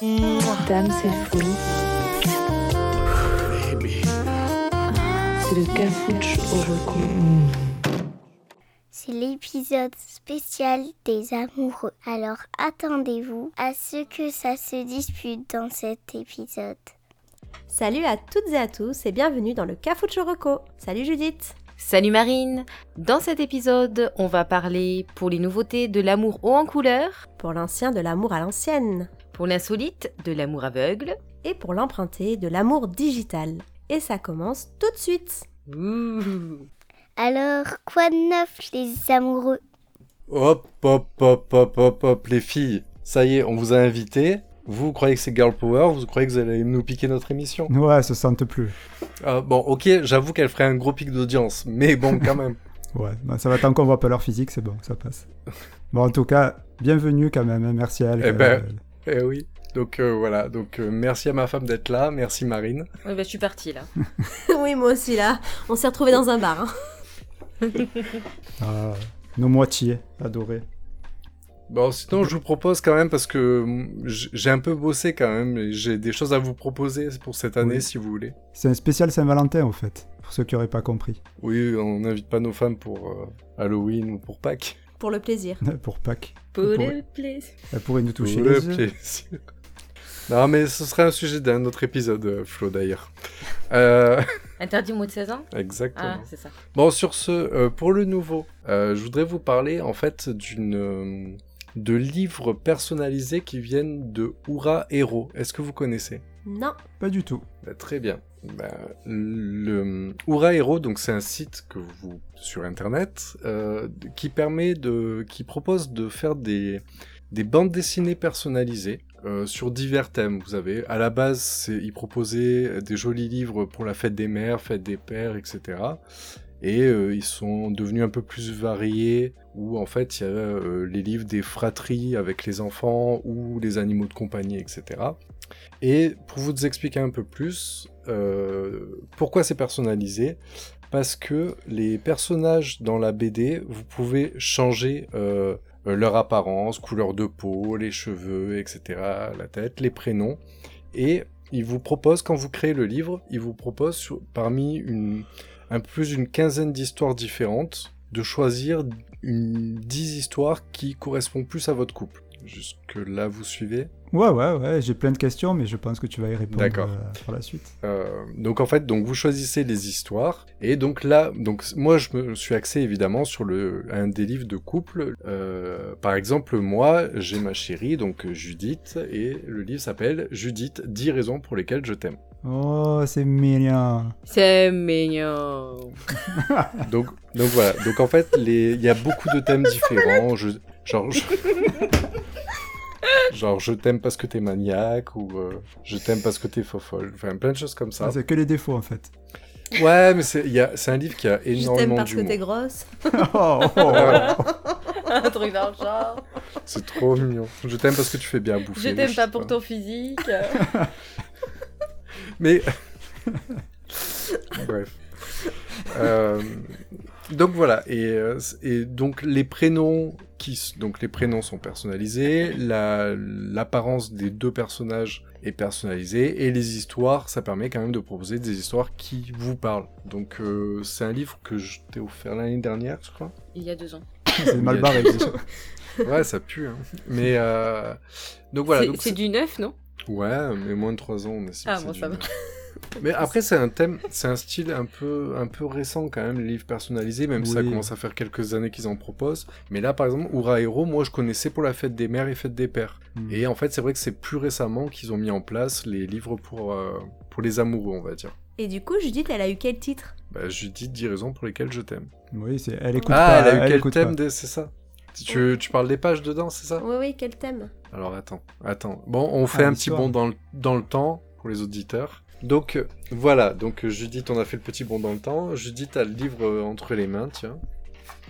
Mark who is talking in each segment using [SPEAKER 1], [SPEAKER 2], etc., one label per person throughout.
[SPEAKER 1] Dame, c'est fou. C'est le cafouche au recours.
[SPEAKER 2] C'est l'épisode spécial des amoureux. Alors attendez-vous à ce que ça se dispute dans cet épisode.
[SPEAKER 3] Salut à toutes et à tous et bienvenue dans le Cafucho Roco. Salut Judith
[SPEAKER 4] Salut Marine Dans cet épisode, on va parler pour les nouveautés de l'amour haut en couleur,
[SPEAKER 3] Pour l'ancien de l'amour à l'ancienne
[SPEAKER 4] pour l'insolite de l'amour aveugle.
[SPEAKER 3] et pour l'emprunté de l'amour digital. Et ça commence tout de suite
[SPEAKER 4] Ouh.
[SPEAKER 2] Alors quoi de neuf les amoureux
[SPEAKER 5] Hop, hop, hop, hop, hop, hop, les filles. Ça y est, on vous a invités. Vous croyez que c'est Girl Power, vous croyez que vous allez nous piquer notre émission.
[SPEAKER 6] Ouais, ça sente plus.
[SPEAKER 5] Euh, bon, ok, j'avoue qu'elle ferait un gros pic d'audience, mais bon, quand même.
[SPEAKER 6] Ouais, bah, ça va tant qu'on voit pas leur physique, c'est bon, ça passe. Bon, en tout cas, bienvenue quand même, hein, merci à elle.
[SPEAKER 5] Eh
[SPEAKER 6] que-
[SPEAKER 5] ben. eh oui. Donc euh, voilà, donc euh, merci à ma femme d'être là, merci Marine.
[SPEAKER 4] Ouais, bah, je suis partie là.
[SPEAKER 3] Oui, moi aussi là, on s'est retrouvés dans un bar. hein.
[SPEAKER 6] Ah, nos moitiés, adorés.
[SPEAKER 5] Bon, sinon je vous propose quand même, parce que mm, j- j'ai un peu bossé quand même, et j'ai des choses à vous proposer pour cette année
[SPEAKER 6] Oui.
[SPEAKER 5] si vous voulez.
[SPEAKER 6] C'est un spécial Saint-Valentin, en fait, pour ceux qui auraient pas compris.
[SPEAKER 5] Oui, on n'invite pas nos femmes pour euh, Halloween ou pour Pâques.
[SPEAKER 3] Pour le plaisir.
[SPEAKER 6] Pour Pâques.
[SPEAKER 4] Pour
[SPEAKER 6] le
[SPEAKER 4] le plaisir.
[SPEAKER 6] Elle pourrait nous toucher
[SPEAKER 5] Le
[SPEAKER 6] les yeux.
[SPEAKER 5] plaisir. Non, mais ce serait un sujet d'un autre épisode, euh, Flo, d'ailleurs. Euh,
[SPEAKER 4] Interdit moins de 16 ans Ah,
[SPEAKER 5] exactement.
[SPEAKER 4] c'est ça.
[SPEAKER 5] Bon, sur ce, euh, pour le nouveau, euh, je voudrais vous parler, en fait, d'une... euh, de livres personnalisés qui viennent de Oura Hero. Est-ce que vous connaissez
[SPEAKER 3] Non,
[SPEAKER 6] Pas du tout.
[SPEAKER 5] Bah, Très bien. Bah, le euh, Oura Hero, donc c'est un site que vous sur internet euh, qui permet de, qui propose de faire des des bandes dessinées personnalisées euh, sur divers thèmes. Vous avez à la base, c'est- il proposait des jolis livres pour la fête des mères, fête des pères, etc. Et euh, ils sont devenus un peu plus variés, où en fait il y a euh, les livres des fratries avec les enfants ou les animaux de compagnie, etc. Et pour vous expliquer un peu plus euh, pourquoi c'est personnalisé, parce que les personnages dans la BD, vous pouvez changer euh, euh, leur apparence, couleur de peau, les cheveux, etc., la tête, les prénoms. Et il vous propose, quand vous créez le livre, il vous propose sur- parmi une, un plus d'une quinzaine d'histoires différentes de choisir une dix histoires qui correspondent plus à votre couple. Jusque là, vous suivez
[SPEAKER 6] Ouais, ouais, ouais, j'ai plein de questions, mais je pense que tu vas y répondre
[SPEAKER 5] D'accord.
[SPEAKER 6] euh, par la suite.
[SPEAKER 5] Euh, donc en fait, donc vous choisissez les histoires et donc là, donc moi je me suis axé évidemment sur le un des livres de couple. Euh, par exemple, moi j'ai ma chérie donc euh, Judith et le livre s'appelle Judith 10 raisons pour lesquelles je t'aime.
[SPEAKER 6] Oh, c'est
[SPEAKER 5] Ah.
[SPEAKER 6] mignon.
[SPEAKER 4] C'est mignon.
[SPEAKER 5] Donc donc voilà. Donc en fait, les il y a beaucoup de thèmes différents. Je, genre je... genre je t'aime parce que t'es maniaque ou euh, je t'aime parce que t'es fofolle. Enfin plein de choses comme ça.
[SPEAKER 6] Ah, c'est que les défauts, en fait.
[SPEAKER 5] Ouais, mais c'est il y a- c'est un livre qui a
[SPEAKER 3] je t'aime
[SPEAKER 5] énormément
[SPEAKER 3] parce que
[SPEAKER 5] d'humour.
[SPEAKER 3] t'es grosse.
[SPEAKER 6] Oh, oh,
[SPEAKER 5] Voilà.
[SPEAKER 4] Un truc dans le genre.
[SPEAKER 5] C'est trop mignon. Je t'aime parce que tu fais bien à bouffer.
[SPEAKER 4] Je t'aime
[SPEAKER 5] sais
[SPEAKER 4] pas pour ton physique.
[SPEAKER 5] Mais. Bref. Euh, Donc voilà. Et, euh, c- et donc les prénoms qui s- donc les prénoms sont personnalisés, la- l'apparence des deux personnages est personnalisée et les histoires, ça permet quand même de proposer des histoires qui vous parlent. Donc euh, c'est un livre que je t'ai offert l'année dernière, je crois.
[SPEAKER 4] Il y a deux ans.
[SPEAKER 6] c'est mal barré. déjà.
[SPEAKER 5] Ouais, ça pue. hein. Mais euh, donc voilà.
[SPEAKER 4] C'est-
[SPEAKER 5] donc
[SPEAKER 4] c'est
[SPEAKER 5] c'est-
[SPEAKER 4] du neuf, non
[SPEAKER 5] Ouais, mais moins de 3 ans, on estime
[SPEAKER 4] Ah,
[SPEAKER 5] que c'est
[SPEAKER 4] bon,
[SPEAKER 5] du
[SPEAKER 4] ça va.
[SPEAKER 5] neuf. Mais après, c'est un thème, c'est un style un peu, un peu récent quand même, les livres personnalisés, même si ça
[SPEAKER 6] Oui.
[SPEAKER 5] commence à faire quelques années qu'ils en proposent. Mais là, par exemple, Oura Hero, moi je connaissais pour la fête des mères et fête des pères.
[SPEAKER 6] Hmm.
[SPEAKER 5] Et en fait, c'est vrai que c'est plus récemment qu'ils ont mis en place les livres pour, euh, pour les amoureux, on va dire.
[SPEAKER 3] Et du coup, Judith, elle a eu quel titre
[SPEAKER 5] Bah, Judith, 10 raisons pour lesquelles je t'aime.
[SPEAKER 6] Oui, c'est... elle écoute
[SPEAKER 5] Ah,
[SPEAKER 6] pas.
[SPEAKER 5] elle a eu quel
[SPEAKER 6] écoute
[SPEAKER 5] thème
[SPEAKER 6] pas.
[SPEAKER 5] des- C'est ça tu, tu parles des pages dedans, c'est ça
[SPEAKER 3] Oui, oui, quel thème
[SPEAKER 5] Alors attends, attends. Bon, on fait
[SPEAKER 6] Ah,
[SPEAKER 5] un petit
[SPEAKER 6] l'histoire.
[SPEAKER 5] bond dans le, dans le temps pour les auditeurs. Donc euh, voilà, donc euh, Judith, on a fait le petit bond dans le temps. Judith a le livre euh, entre les mains, tiens.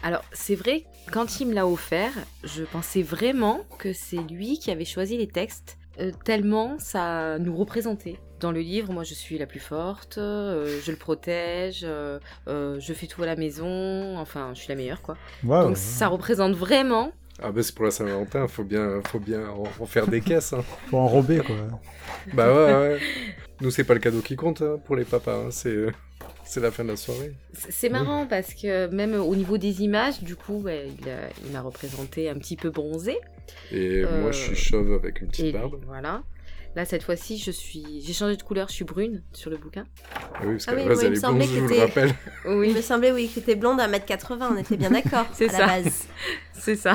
[SPEAKER 4] Alors, c'est vrai, quand il me l'a offert, je pensais vraiment que c'est lui qui avait choisi les textes, euh, tellement ça nous représentait. Dans le livre, moi je suis la plus forte, euh, je le protège, euh, euh, je fais tout à la maison, enfin je suis la meilleure quoi.
[SPEAKER 6] Ouais,
[SPEAKER 4] Donc
[SPEAKER 6] ouais,
[SPEAKER 4] ça représente vraiment
[SPEAKER 5] Ah ben c'est pour la Saint-Valentin, faut bien, faut bien en, en faire des caisses. hein.
[SPEAKER 6] Pour enrober, quoi.
[SPEAKER 5] Bah ouais, ouais. Nous c'est pas le cadeau qui compte hein, pour les papas, hein, c'est, euh, c'est la fin de la soirée.
[SPEAKER 4] C'est c'est marrant parce que même au niveau des images, du coup, ouais, il, euh, il m'a représenté un petit peu bronzé.
[SPEAKER 5] Et
[SPEAKER 4] Euh,
[SPEAKER 5] moi je suis chauve avec une
[SPEAKER 4] Et
[SPEAKER 5] petite barbe.
[SPEAKER 4] voilà. Là, cette fois-ci, je suis, j'ai changé de couleur, je suis brune sur le bouquin.
[SPEAKER 5] Ah oui, parce
[SPEAKER 3] Ah
[SPEAKER 5] qu'à la
[SPEAKER 3] oui,
[SPEAKER 5] base
[SPEAKER 3] moi, il
[SPEAKER 5] elle
[SPEAKER 3] me
[SPEAKER 5] est
[SPEAKER 3] semblait
[SPEAKER 5] blonde, je
[SPEAKER 3] que
[SPEAKER 5] vous le
[SPEAKER 3] t'es-
[SPEAKER 5] rappelle.
[SPEAKER 3] Il me semblait, oui, que t'es blonde à 1m80, on était bien d'accord.
[SPEAKER 4] C'est
[SPEAKER 3] à
[SPEAKER 4] ça.
[SPEAKER 3] La base.
[SPEAKER 4] c'est ça.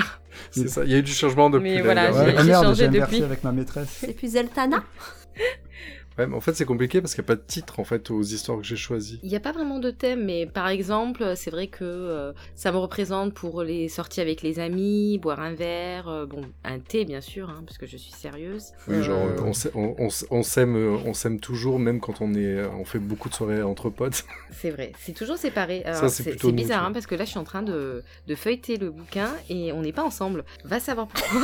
[SPEAKER 5] C'est ça, il y a eu du changement depuis.
[SPEAKER 4] Mais voilà,
[SPEAKER 5] la dernière
[SPEAKER 4] j'ai-
[SPEAKER 5] fois.
[SPEAKER 6] oh merde,
[SPEAKER 4] changé
[SPEAKER 6] j'ai inversé
[SPEAKER 4] depuis.
[SPEAKER 6] avec ma maîtresse.
[SPEAKER 3] C'est plus Zeltana
[SPEAKER 5] Ouais, mais en fait c'est compliqué parce qu'il n'y a pas de titre en fait aux histoires que j'ai choisies.
[SPEAKER 4] Il n'y a pas vraiment de thème, mais par exemple, c'est vrai que euh, ça me représente pour les sorties avec les amis, boire un verre, euh, bon, un thé bien sûr, hein, parce que je suis sérieuse.
[SPEAKER 5] Oui, genre
[SPEAKER 4] Euh,
[SPEAKER 5] euh, on s'aime- on, on s- on s'aime, euh, on s'aime toujours même quand on est, euh, on fait beaucoup de soirées entre potes.
[SPEAKER 4] C'est vrai, c'est toujours séparé. Alors,
[SPEAKER 5] Ça, c'est
[SPEAKER 4] c'est
[SPEAKER 5] plutôt
[SPEAKER 4] c'est
[SPEAKER 5] nous, tu
[SPEAKER 4] bizarre,
[SPEAKER 5] vois.
[SPEAKER 4] hein, parce que là, je suis en train de, de feuilleter le bouquin et on n'est pas ensemble. Va savoir pourquoi.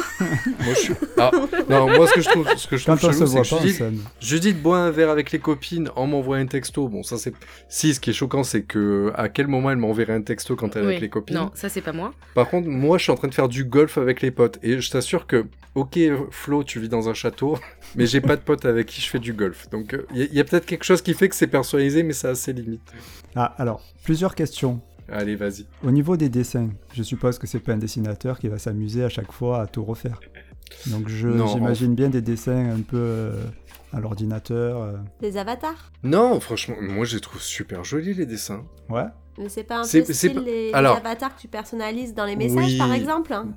[SPEAKER 5] moi je suis. Ah, non, moi ce que je trouve, ce que je trouve
[SPEAKER 6] Quand on se
[SPEAKER 5] chelou, c'est
[SPEAKER 6] voit
[SPEAKER 5] que
[SPEAKER 6] pas, on
[SPEAKER 5] Judith,
[SPEAKER 6] s'aime.
[SPEAKER 5] Judith boit un verre avec les copines, en m'envoie un texto. Bon, ça c'est. Si, ce qui est choquant, c'est que à quel moment elle m'enverrait un texto quand elle est avec
[SPEAKER 4] Oui.
[SPEAKER 5] les copines.
[SPEAKER 4] Non, ça, c'est pas moi.
[SPEAKER 5] Par contre, moi, je suis en train de faire du golf avec les potes. Et je t'assure que, ok, Flo, tu vis dans un château, mais j'ai pas de potes avec qui je fais du golf. Donc, euh, il y a, peut-être quelque chose qui fait que c'est personnalisé, mais ça a ses limites.
[SPEAKER 6] Ah, alors, plusieurs questions.
[SPEAKER 5] Allez, vas-y.
[SPEAKER 6] Au niveau des dessins, je suppose que c'est pas un dessinateur qui va s'amuser à chaque fois à tout refaire. Donc je-
[SPEAKER 5] Non,
[SPEAKER 6] j'imagine bien des dessins un peu euh, à l'ordinateur. euh.
[SPEAKER 3] Des avatars
[SPEAKER 5] Non, franchement, moi, je les trouve super jolis, les dessins.
[SPEAKER 6] Ouais.
[SPEAKER 3] Mais c'est pas un
[SPEAKER 5] C'est-
[SPEAKER 3] peu
[SPEAKER 5] c'est
[SPEAKER 3] style
[SPEAKER 5] pas-
[SPEAKER 3] les, les
[SPEAKER 5] Alors.
[SPEAKER 3] avatars que tu personnalises dans les messages,
[SPEAKER 5] Oui.
[SPEAKER 3] par exemple hein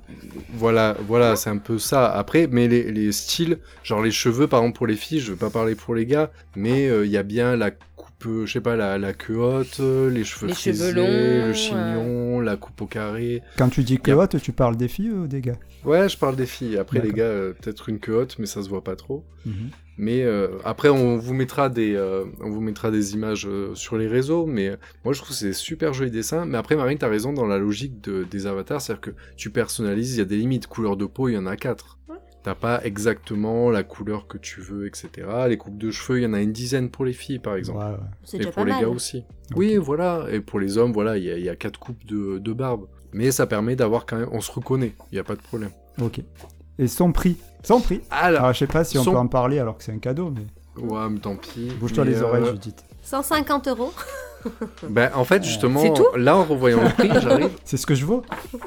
[SPEAKER 5] Voilà, voilà, c'est un peu ça. Après, mais les, les styles, genre les cheveux, par exemple, pour les filles, je veux pas parler pour les gars, mais euh, il y a bien la coupe, euh, je sais pas, la, la queue haute, euh, les cheveux
[SPEAKER 4] Les
[SPEAKER 5] frisés,
[SPEAKER 4] cheveux longs,
[SPEAKER 5] le chignon, la coupe au carré.
[SPEAKER 6] Quand tu dis que
[SPEAKER 5] Yep.
[SPEAKER 6] haute, tu parles des filles ou des gars
[SPEAKER 5] Ouais, je parle des filles. Après, les
[SPEAKER 6] D'accord.
[SPEAKER 5] gars, euh, peut-être une queue haute, mais ça se voit pas trop.
[SPEAKER 6] Mhm.
[SPEAKER 5] Mais euh, après, on vous mettra des, euh, on vous mettra des images euh, sur les réseaux. Mais euh, moi, je trouve que c'est des super joli dessin. Mais après, Marine, t'as raison dans la logique de- des avatars, c'est-à-dire que tu personnalises. Il y a des limites. Couleur de peau, il y en a quatre.
[SPEAKER 3] Ouais.
[SPEAKER 5] T'as pas exactement la couleur que tu veux, etc. Les coupes de cheveux, il y en a une dizaine pour les filles, par exemple.
[SPEAKER 6] Ouais, ouais.
[SPEAKER 3] C'est
[SPEAKER 5] Et
[SPEAKER 3] déjà
[SPEAKER 5] pour
[SPEAKER 3] pas
[SPEAKER 5] les
[SPEAKER 3] mal.
[SPEAKER 5] gars aussi. Oui, voilà. Et pour les hommes, voilà, il y, a- il y a quatre coupes de, de barbe. Mais ça permet d'avoir quand même, on se reconnaît. Il n'y a pas de problème.
[SPEAKER 6] Ok. Et son prix Son prix
[SPEAKER 5] Alors,
[SPEAKER 6] Alors, je sais pas si on
[SPEAKER 5] son-
[SPEAKER 6] peut en parler alors que c'est un cadeau, mais
[SPEAKER 5] Ouais, mais tant pis.
[SPEAKER 6] bouge-toi
[SPEAKER 5] Mais,
[SPEAKER 6] les oreilles,
[SPEAKER 5] euh,
[SPEAKER 6] Judith.
[SPEAKER 3] 150 euros
[SPEAKER 5] Ben, en fait, justement,
[SPEAKER 4] C'est tout
[SPEAKER 5] là, en revoyant le prix, j'arrive.
[SPEAKER 6] C'est ce que je vois.
[SPEAKER 5] euh,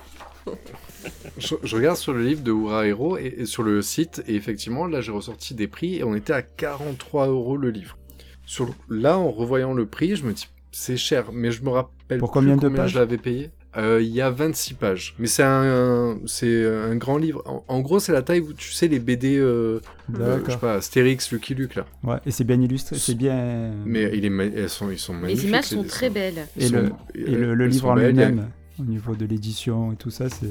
[SPEAKER 5] Je, je regarde sur le livre de Oura Hero et, et sur le site, et effectivement, là, j'ai ressorti des prix et on était à 43 euros le livre. Sur le- là, en revoyant le prix, je me dis, c'est cher, mais je me rappelle
[SPEAKER 6] Pour
[SPEAKER 5] plus
[SPEAKER 6] combien de pages
[SPEAKER 5] je l'avais payé. Euh, Il y a 26 pages, mais c'est un, c'est un grand livre. En, en gros, c'est la taille où tu sais les BD, euh, euh, je sais
[SPEAKER 6] D'accord.
[SPEAKER 5] pas, Astérix, Lucky Luke là.
[SPEAKER 6] Ouais. Et c'est bien illustré, c'est bien.
[SPEAKER 5] Mais il est, ma- elles sont, ils sont magnifiques.
[SPEAKER 4] Les images
[SPEAKER 5] ces
[SPEAKER 4] sont
[SPEAKER 5] dessins.
[SPEAKER 4] très belles.
[SPEAKER 6] Et
[SPEAKER 5] Ils
[SPEAKER 6] le,
[SPEAKER 5] sont-
[SPEAKER 6] et le- le
[SPEAKER 5] elles
[SPEAKER 6] livre
[SPEAKER 5] sont
[SPEAKER 6] en
[SPEAKER 5] belles, il y a-
[SPEAKER 6] lui-même, au niveau de l'édition et tout ça, c'est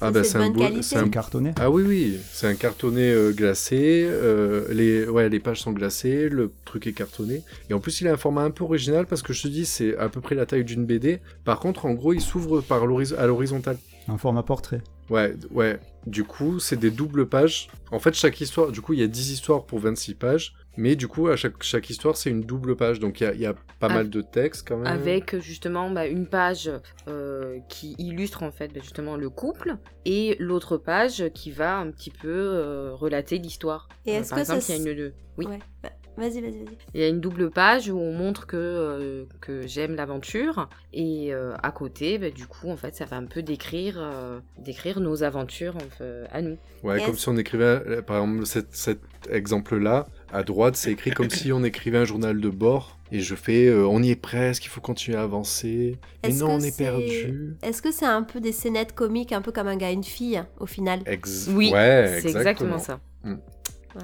[SPEAKER 5] Ah
[SPEAKER 3] Ça,
[SPEAKER 5] bah
[SPEAKER 3] c'est
[SPEAKER 5] c'est
[SPEAKER 3] de
[SPEAKER 5] un
[SPEAKER 3] bonne
[SPEAKER 5] beau,
[SPEAKER 3] qualité.
[SPEAKER 5] c'est un
[SPEAKER 6] c'est cartonné.
[SPEAKER 5] Ah oui, oui, c'est un cartonné euh, glacé. euh, les, ouais, les pages sont glacées, le truc est cartonné. Et en plus, il a un format un peu original parce que je te dis, c'est à peu près la taille d'une BD. Par contre, en gros, il s'ouvre par l'horiz- à l'horizontale.
[SPEAKER 6] En format portrait.
[SPEAKER 5] Ouais, d- ouais. Du coup, c'est des doubles pages. En fait, chaque histoire, du coup, il y a 10 histoires pour 26 pages. Mais du coup, à chaque, chaque histoire, c'est une double page. Donc, il y a, il y a pas
[SPEAKER 4] Av-
[SPEAKER 5] mal de textes quand même.
[SPEAKER 4] Avec justement bah, une page euh, qui illustre en fait bah, justement le couple et l'autre page qui va un petit peu euh, relater l'histoire.
[SPEAKER 3] Et
[SPEAKER 4] Euh,
[SPEAKER 3] est-ce
[SPEAKER 4] par
[SPEAKER 3] que
[SPEAKER 4] exemple,
[SPEAKER 3] ça
[SPEAKER 4] il y a
[SPEAKER 3] s-
[SPEAKER 4] une deux. Oui.
[SPEAKER 3] Ouais. Bah, Vas-y, vas-y, vas-y.
[SPEAKER 4] Il y a une double page où on montre que, euh, que j'aime l'aventure et euh, à côté, bah, du coup, en fait, ça va un peu décrire, euh, décrire nos aventures en fait, à nous.
[SPEAKER 5] Ouais,
[SPEAKER 3] Et
[SPEAKER 5] comme
[SPEAKER 3] est-ce-
[SPEAKER 5] si on écrivait, euh, par exemple, cet, cet exemple-là, à droite, c'est écrit comme si on écrivait un journal de bord, et je fais euh, on y est presque, il faut continuer à avancer, mais
[SPEAKER 3] Est-ce
[SPEAKER 5] non,
[SPEAKER 3] que
[SPEAKER 5] on est,
[SPEAKER 3] c'est-
[SPEAKER 5] perdu.
[SPEAKER 3] Est-ce que c'est un peu des scénettes comiques, un peu comme un gars et une fille, au final
[SPEAKER 5] Ex-
[SPEAKER 4] Oui,
[SPEAKER 5] ouais,
[SPEAKER 4] c'est Eh, exactement ça.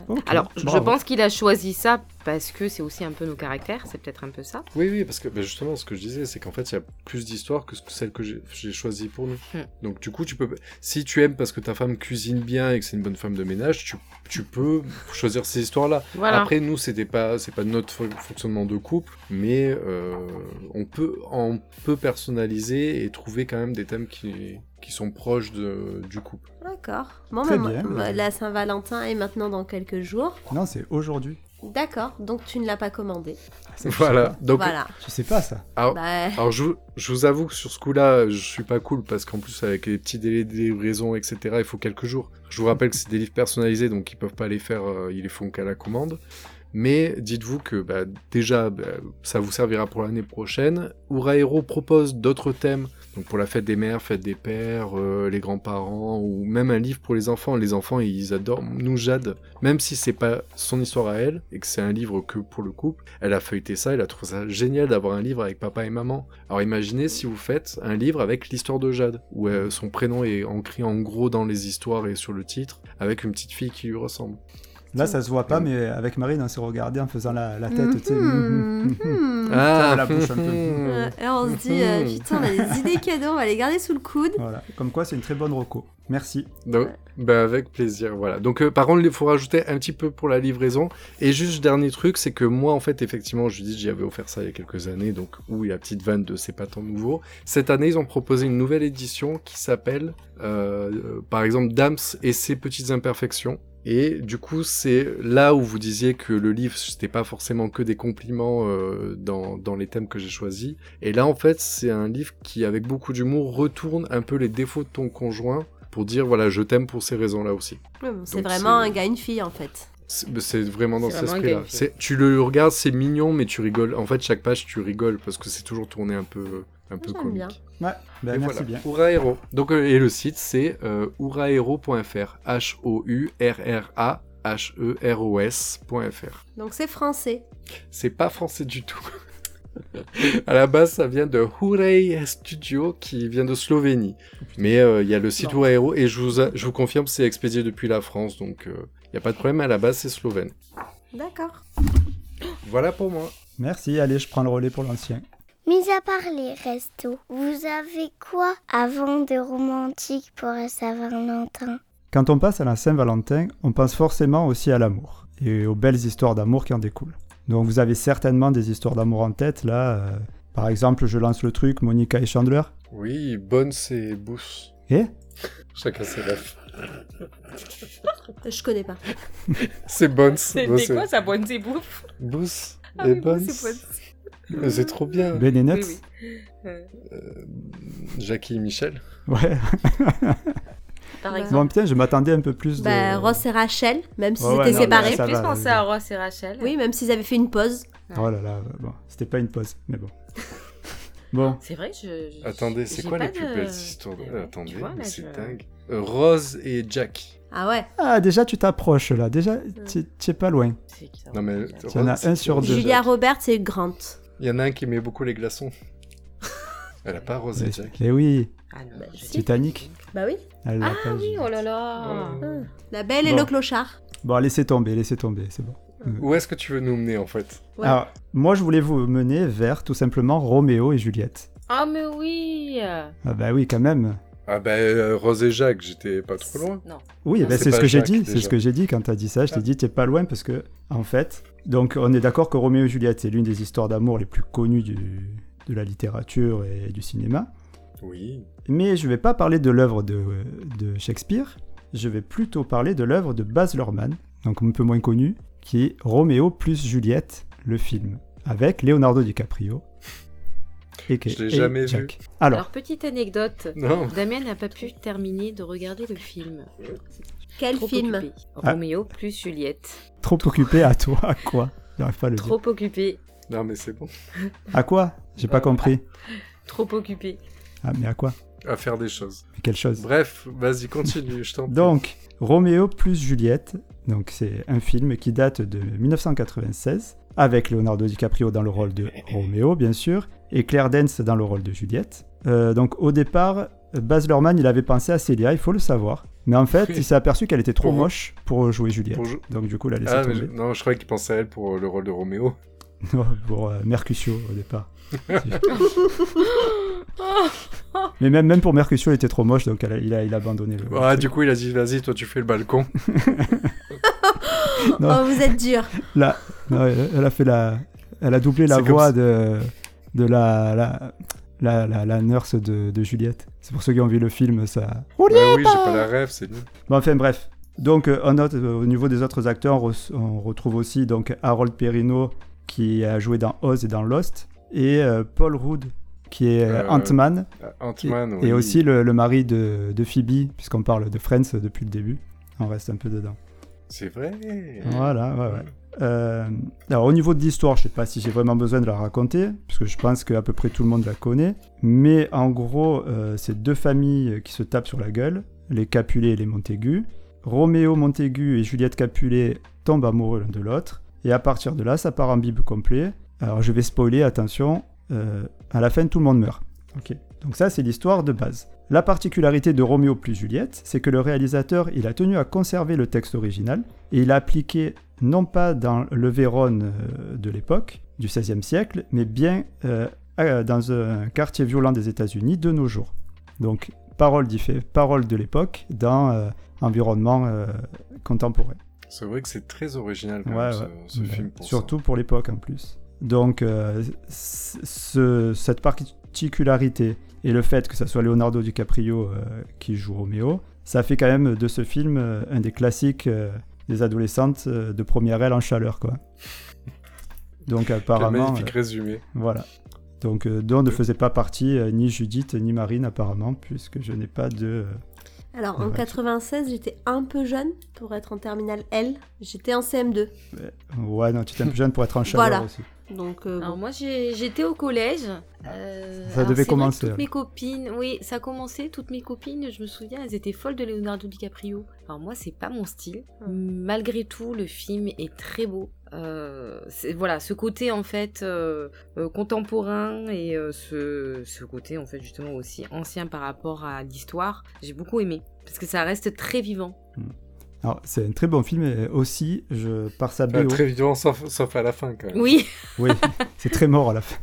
[SPEAKER 6] Ok,
[SPEAKER 4] Alors, je- je
[SPEAKER 6] bravo.
[SPEAKER 4] pense qu'il a choisi ça parce que c'est aussi un peu nos caractères, c'est peut-être un peu ça.
[SPEAKER 5] Oui, oui, parce que bah, justement, ce que je disais, c'est qu'en fait, il y a plus d'histoires que ce- celles que j'ai- j'ai choisies pour nous.
[SPEAKER 4] Hmm.
[SPEAKER 5] Donc, du coup, tu peux, si tu aimes parce que ta femme cuisine bien et que c'est une bonne femme de ménage, tu, tu peux choisir ces histoires-là.
[SPEAKER 4] Voilà.
[SPEAKER 5] Après, nous, c'était pas, c'est pas notre fon- fonctionnement de couple, mais euh, on peut, on peut personnaliser et trouver quand même des thèmes qui, qui sont proches de, du couple.
[SPEAKER 3] D'accord. Bon,
[SPEAKER 6] Très
[SPEAKER 3] bah,
[SPEAKER 6] bien.
[SPEAKER 3] moi- moi, la Saint-Valentin est maintenant dans quelques jours.
[SPEAKER 6] Non, c'est aujourd'hui. Ah,
[SPEAKER 3] D'accord, donc tu ne l'as pas commandé.
[SPEAKER 6] C'est-
[SPEAKER 5] Voilà. Donc,
[SPEAKER 3] voilà.
[SPEAKER 6] Tu sais pas ça.
[SPEAKER 5] alors,
[SPEAKER 3] Bah,
[SPEAKER 5] alors, je, vous- je vous avoue que sur ce coup-là, je suis pas cool parce qu'en plus, avec les petits délais de livraison, etc., il faut quelques jours. Je vous rappelle que c'est des livres personnalisés, donc ils peuvent pas les faire, euh, ils les font qu'à la commande. Mais dites-vous que bah, déjà, bah, ça vous servira pour l'année prochaine. Uraero propose d'autres thèmes, donc pour la fête des mères, fête des pères, euh, les grands-parents, ou même un livre pour les enfants. Les enfants, ils adorent. Nous, Jade, même si c'est pas son histoire à elle, et que c'est un livre que pour le couple, elle a feuilleté ça, elle a trouvé ça génial d'avoir un livre avec papa et maman. Alors imaginez si vous faites un livre avec l'histoire de Jade, où
[SPEAKER 6] Mm.
[SPEAKER 5] euh, son prénom est ancré en gros dans les histoires et sur le titre, avec une petite fille qui lui ressemble.
[SPEAKER 6] Là, ça se voit pas, mais avec Marine, on s'est regardé en faisant la, la tête, tu sais.
[SPEAKER 3] hmm,
[SPEAKER 6] Mhm, mhm.
[SPEAKER 3] hmm.
[SPEAKER 6] Ah, la bouche un peu.
[SPEAKER 3] Euh, et on se dit, euh, putain, on a des idées cadeaux, on va les garder sous le coude.
[SPEAKER 6] Voilà. Comme quoi, c'est une très bonne reco. Merci.
[SPEAKER 5] Donc, bah, avec plaisir, voilà. Donc euh, par contre, il faut rajouter un petit peu pour la livraison. Et juste dernier truc, c'est que moi, en fait, effectivement, je dis, j'y avais offert ça il y a quelques années, donc oui, la petite vanne de c'est pas tant nouveau. Cette année, ils ont proposé une nouvelle édition qui s'appelle, euh, euh, par exemple, Dams et ses petites imperfections. Et du coup, c'est là où vous disiez que le livre, c'était pas forcément que des compliments euh, dans, dans les thèmes que j'ai choisis. Et là, en fait, c'est un livre qui, avec beaucoup d'humour, retourne un peu les défauts de ton conjoint pour dire voilà, je t'aime pour ces raisons-là aussi.
[SPEAKER 3] Ouais, bon, c'est
[SPEAKER 5] Donc,
[SPEAKER 3] vraiment
[SPEAKER 5] c'est-
[SPEAKER 3] un gars, une fille en fait.
[SPEAKER 5] C'est mais c'est vraiment dans
[SPEAKER 4] C'est
[SPEAKER 5] cet
[SPEAKER 4] vraiment
[SPEAKER 5] esprit-là.
[SPEAKER 4] gagné.
[SPEAKER 5] C'est- Tu le regardes, c'est mignon, mais tu rigoles. En fait, chaque page, tu rigoles parce que c'est toujours tourné un peu, un peu
[SPEAKER 3] J'aime
[SPEAKER 5] comique.
[SPEAKER 3] bien.
[SPEAKER 6] Ouais, ben,
[SPEAKER 5] Et voilà.
[SPEAKER 6] merci bien.
[SPEAKER 5] Uraero. Donc, euh, et le site, c'est euh, uraero.fr. E H-O-U-R-R-A-H-E-R-O-S.fr.
[SPEAKER 3] Donc c'est français.
[SPEAKER 5] C'est pas français du tout. à la base, ça vient de Hurey Studio qui vient de Slovénie. Mais euh, il y a le site
[SPEAKER 3] Non.
[SPEAKER 5] Huraero et je vous, a- je vous confirme, c'est expédié depuis la France. Donc euh, il n'y a pas de problème. À la base, c'est slovène.
[SPEAKER 3] D'accord.
[SPEAKER 5] Voilà pour moi.
[SPEAKER 6] Merci. Allez, je prends le relais pour l'ancien.
[SPEAKER 2] Mis à part les restos, vous avez quoi avant de romantique pour la Saint-Valentin
[SPEAKER 6] Quand on passe à la Saint-Valentin, on pense forcément aussi à l'amour et aux belles histoires d'amour qui en découlent. Donc vous avez certainement des histoires d'amour en tête là. euh, par exemple, je lance le truc Monica et Chandler.
[SPEAKER 5] Oui, bonne c'est Bous.
[SPEAKER 6] Eh
[SPEAKER 5] Chacun ses rêves.
[SPEAKER 3] Je connais pas.
[SPEAKER 5] C'est bonne.
[SPEAKER 4] C'est mais quoi ça, bonne c'est bouffe
[SPEAKER 5] Bous
[SPEAKER 4] Ah oui, bon, c'est bonne.
[SPEAKER 5] C'est trop bien.
[SPEAKER 6] Ben et Nuts
[SPEAKER 4] Oui, oui. Euh,
[SPEAKER 5] Jackie et Michel.
[SPEAKER 6] Ouais.
[SPEAKER 4] Ah. par
[SPEAKER 3] Bah,
[SPEAKER 4] exemple.
[SPEAKER 6] bon putain, je m'attendais un peu plus de.
[SPEAKER 3] Bah, Ross et Rachel, même s'ils
[SPEAKER 6] Ouais, ouais,
[SPEAKER 3] étaient
[SPEAKER 6] Ah non,
[SPEAKER 4] Séparés.
[SPEAKER 6] mais
[SPEAKER 3] séparés.
[SPEAKER 6] ça
[SPEAKER 4] J'ai plus
[SPEAKER 6] va,
[SPEAKER 4] pensé
[SPEAKER 6] oui.
[SPEAKER 4] à Ross et Rachel.
[SPEAKER 3] Oui, même s'ils avaient fait une pause.
[SPEAKER 6] Oh là là, bon, c'était pas une pause, mais bon. bon,
[SPEAKER 4] C'est vrai, je. je-
[SPEAKER 5] Attendez, c'est
[SPEAKER 4] j'ai
[SPEAKER 5] quoi
[SPEAKER 4] pas
[SPEAKER 5] les plus
[SPEAKER 4] de-
[SPEAKER 5] belles histoires
[SPEAKER 4] Ouais,
[SPEAKER 5] Euh,
[SPEAKER 4] ouais,
[SPEAKER 5] Attendez,
[SPEAKER 4] tu vois, là,
[SPEAKER 5] mais c'est
[SPEAKER 4] je-
[SPEAKER 5] dingue. Euh, Rose et Jack.
[SPEAKER 3] Ah ouais.
[SPEAKER 6] ah déjà tu t'approches là, déjà tu tu es pas loin.
[SPEAKER 4] C'est qui ça,
[SPEAKER 5] Non mais
[SPEAKER 4] Rose et
[SPEAKER 6] Il y en a
[SPEAKER 5] Rose-
[SPEAKER 6] un sur deux.
[SPEAKER 3] Julia Roberts et Grant.
[SPEAKER 5] Il y en a un qui aimait beaucoup les glaçons. Elle a pas rosé, Jack.
[SPEAKER 6] Eh oui,
[SPEAKER 4] Ah non, je-
[SPEAKER 6] Titanic.
[SPEAKER 3] Bah oui.
[SPEAKER 6] elle l'a
[SPEAKER 4] Ah
[SPEAKER 6] pas,
[SPEAKER 4] oui,
[SPEAKER 6] je-
[SPEAKER 4] oh là là
[SPEAKER 5] Euh,
[SPEAKER 3] La Belle et
[SPEAKER 6] Bon.
[SPEAKER 3] le Clochard.
[SPEAKER 6] Bon, laissez tomber, laissez tomber, c'est bon.
[SPEAKER 5] Où est-ce que tu veux nous mener en fait
[SPEAKER 3] Ouais.
[SPEAKER 6] Alors, moi je voulais vous mener vers tout simplement Roméo et Juliette.
[SPEAKER 4] Ah mais oui
[SPEAKER 6] Ah bah oui, quand même.
[SPEAKER 5] Ah ben euh, Rose et Jacques, j'étais pas trop loin.
[SPEAKER 4] Non.
[SPEAKER 6] Oui,
[SPEAKER 5] Non,
[SPEAKER 6] bah,
[SPEAKER 5] Ah, c'est
[SPEAKER 6] c'est ce
[SPEAKER 5] pas
[SPEAKER 6] que j'ai
[SPEAKER 5] Jacques,
[SPEAKER 6] dit.
[SPEAKER 5] déjà.
[SPEAKER 6] C'est ce que j'ai dit quand t'as dit
[SPEAKER 4] Ah.
[SPEAKER 6] ça. Je t'ai dit t'es pas loin parce que en fait, donc on est d'accord que Roméo et Juliette c'est l'une des histoires d'amour les plus connues du- de la littérature et du cinéma.
[SPEAKER 5] Oui.
[SPEAKER 6] Mais je vais pas parler de l'œuvre de, de Shakespeare. Je vais plutôt parler de l'œuvre de Baz Luhrmann, donc un peu moins connue, qui est Roméo plus Juliette, le film, avec Leonardo DiCaprio. Et que-
[SPEAKER 5] Je l'ai
[SPEAKER 6] et
[SPEAKER 5] jamais vu.
[SPEAKER 6] Jack. Alors,
[SPEAKER 4] Alors, petite anecdote.
[SPEAKER 5] Non.
[SPEAKER 4] Damien n'a pas pu terminer de regarder le film.
[SPEAKER 3] Quel
[SPEAKER 4] Trop
[SPEAKER 3] film
[SPEAKER 4] occupé.
[SPEAKER 6] Ah.
[SPEAKER 4] Roméo plus Juliette.
[SPEAKER 6] trop occupé à toi, à quoi J'arrive pas à le dire.
[SPEAKER 4] Trop occupé.
[SPEAKER 5] Non mais c'est bon.
[SPEAKER 6] À quoi J'ai pas
[SPEAKER 4] Euh,
[SPEAKER 6] compris.
[SPEAKER 4] Trop occupé.
[SPEAKER 6] Ah, mais à quoi
[SPEAKER 5] À faire des choses.
[SPEAKER 6] Mais quelle chose
[SPEAKER 5] Bref, vas-y, continue, je t'en prie.
[SPEAKER 6] Donc, Roméo plus Juliette, donc c'est un film qui date de 1996, avec Leonardo DiCaprio dans le rôle de Roméo, bien sûr, et Claire Danes dans le rôle de Juliette. Euh, donc, au départ, Baz Luhrmann, il avait pensé à Célia, il faut le savoir. Mais en fait,
[SPEAKER 5] Oui.
[SPEAKER 6] il s'est aperçu qu'elle était trop
[SPEAKER 5] Pour-
[SPEAKER 6] moche pour jouer Juliette.
[SPEAKER 5] pour jou-
[SPEAKER 6] Donc, du coup, il a laissé
[SPEAKER 5] Ah, mais je-
[SPEAKER 6] tomber.
[SPEAKER 5] non, je croyais qu'il pensait à elle pour euh, le rôle de Roméo.
[SPEAKER 6] Non, pour euh, Mercutio, au départ. mais même, même pour Mercutio, il était trop moche, donc elle a- il, a, il a abandonné le.
[SPEAKER 5] Ah, du coup, il a dit, vas-y, toi, tu fais le balcon.
[SPEAKER 6] Non.
[SPEAKER 3] Oh, vous êtes dur.
[SPEAKER 6] La- non, elle elle a fait la, elle a doublé la
[SPEAKER 5] C'est comme
[SPEAKER 6] voix
[SPEAKER 5] ça.
[SPEAKER 6] de de la la, la, la- la nurse de, de Juliette. C'est pour ceux qui ont vu le film, ça.
[SPEAKER 5] Bah oui, j'ai pas la rêve, c'est nul.
[SPEAKER 6] Bon, enfin bref. Donc, euh, on note, euh, au niveau des autres acteurs, on, re- on retrouve aussi donc Harold Perrino qui a joué dans Oz et dans Lost, et euh, Paul Rudd qui est euh,
[SPEAKER 5] Euh,
[SPEAKER 6] Ant-Man, et,
[SPEAKER 5] Ant-Man,
[SPEAKER 6] et
[SPEAKER 5] oui.
[SPEAKER 6] aussi le, le mari de, de Phoebe, puisqu'on parle de Friends depuis le début. On reste un peu dedans.
[SPEAKER 5] C'est vrai.
[SPEAKER 6] Voilà, ouais, ouais. Euh, alors, au niveau de l'histoire, je sais pas si j'ai vraiment besoin de la raconter, parce que je pense qu'à peu près tout le monde la connaît. Mais en gros, euh, c'est deux familles qui se tapent sur la gueule, les Capulet et les Montaigu. Roméo Montaigu et Juliette Capulet tombent amoureux l'un de l'autre, et à partir de là, ça part en bible complet. Alors, je vais spoiler, attention, euh, à la fin, tout le monde meurt. Ok. Donc ça, c'est l'histoire de base. La particularité de Roméo plus Juliette, c'est que le réalisateur, il a tenu à conserver le texte original, et il a appliqué non pas dans le Vérone euh, de l'époque, du XVIe siècle, mais bien euh, euh, dans un quartier violent des États-Unis de nos jours. Donc, parole d'effet, parole de l'époque, dans euh, environnement euh, contemporain.
[SPEAKER 5] C'est vrai que c'est très original quand
[SPEAKER 6] Ouais,
[SPEAKER 5] même,
[SPEAKER 6] ouais.
[SPEAKER 5] ce, ce
[SPEAKER 6] Ouais.
[SPEAKER 5] film. Pour
[SPEAKER 6] Surtout pour l'époque en plus. Donc euh, c- ce- cette particularité et le fait que ça soit Leonardo DiCaprio euh, qui joue Roméo, ça fait quand même de ce film euh, un des classiques euh, des adolescentes euh, de première aile en chaleur quoi. Donc
[SPEAKER 5] ça. Quel
[SPEAKER 6] apparemment,
[SPEAKER 5] magnifique résumé.
[SPEAKER 6] euh, voilà. Donc euh, dont ne faisait pas partie euh, ni Judith ni Marine apparemment puisque je n'ai pas de
[SPEAKER 3] Alors, en
[SPEAKER 6] Ouais.
[SPEAKER 3] 96, j'étais un peu jeune pour être en terminale L. J'étais en CM2.
[SPEAKER 6] euh, ouais non tu t'es un peu jeune pour être en chaleur
[SPEAKER 3] Voilà.
[SPEAKER 6] aussi.
[SPEAKER 3] Donc, euh,
[SPEAKER 4] Alors
[SPEAKER 3] bon.
[SPEAKER 4] moi j'ai- j'étais au collège. euh,
[SPEAKER 6] Ça
[SPEAKER 4] alors,
[SPEAKER 6] devait
[SPEAKER 4] c'est vrai que
[SPEAKER 6] commencer, hein.
[SPEAKER 4] Toutes
[SPEAKER 6] alors.
[SPEAKER 4] mes copines, oui, ça commençait. Toutes mes copines, je me souviens, elles étaient folles de Leonardo DiCaprio. Alors moi c'est pas mon style. Malgré tout, le film est très beau. Euh, c'est- voilà, ce côté en fait euh, euh, contemporain et euh, ce, ce côté en fait justement aussi ancien par rapport à l'histoire, j'ai beaucoup aimé parce que ça reste très vivant.
[SPEAKER 6] Alors c'est un très bon film et aussi je par sa
[SPEAKER 5] Enfin, Euh,
[SPEAKER 6] BO.
[SPEAKER 5] très vivant, sauf, sauf à la fin quand même.
[SPEAKER 4] Oui,
[SPEAKER 6] Oui, c'est très mort à la fin.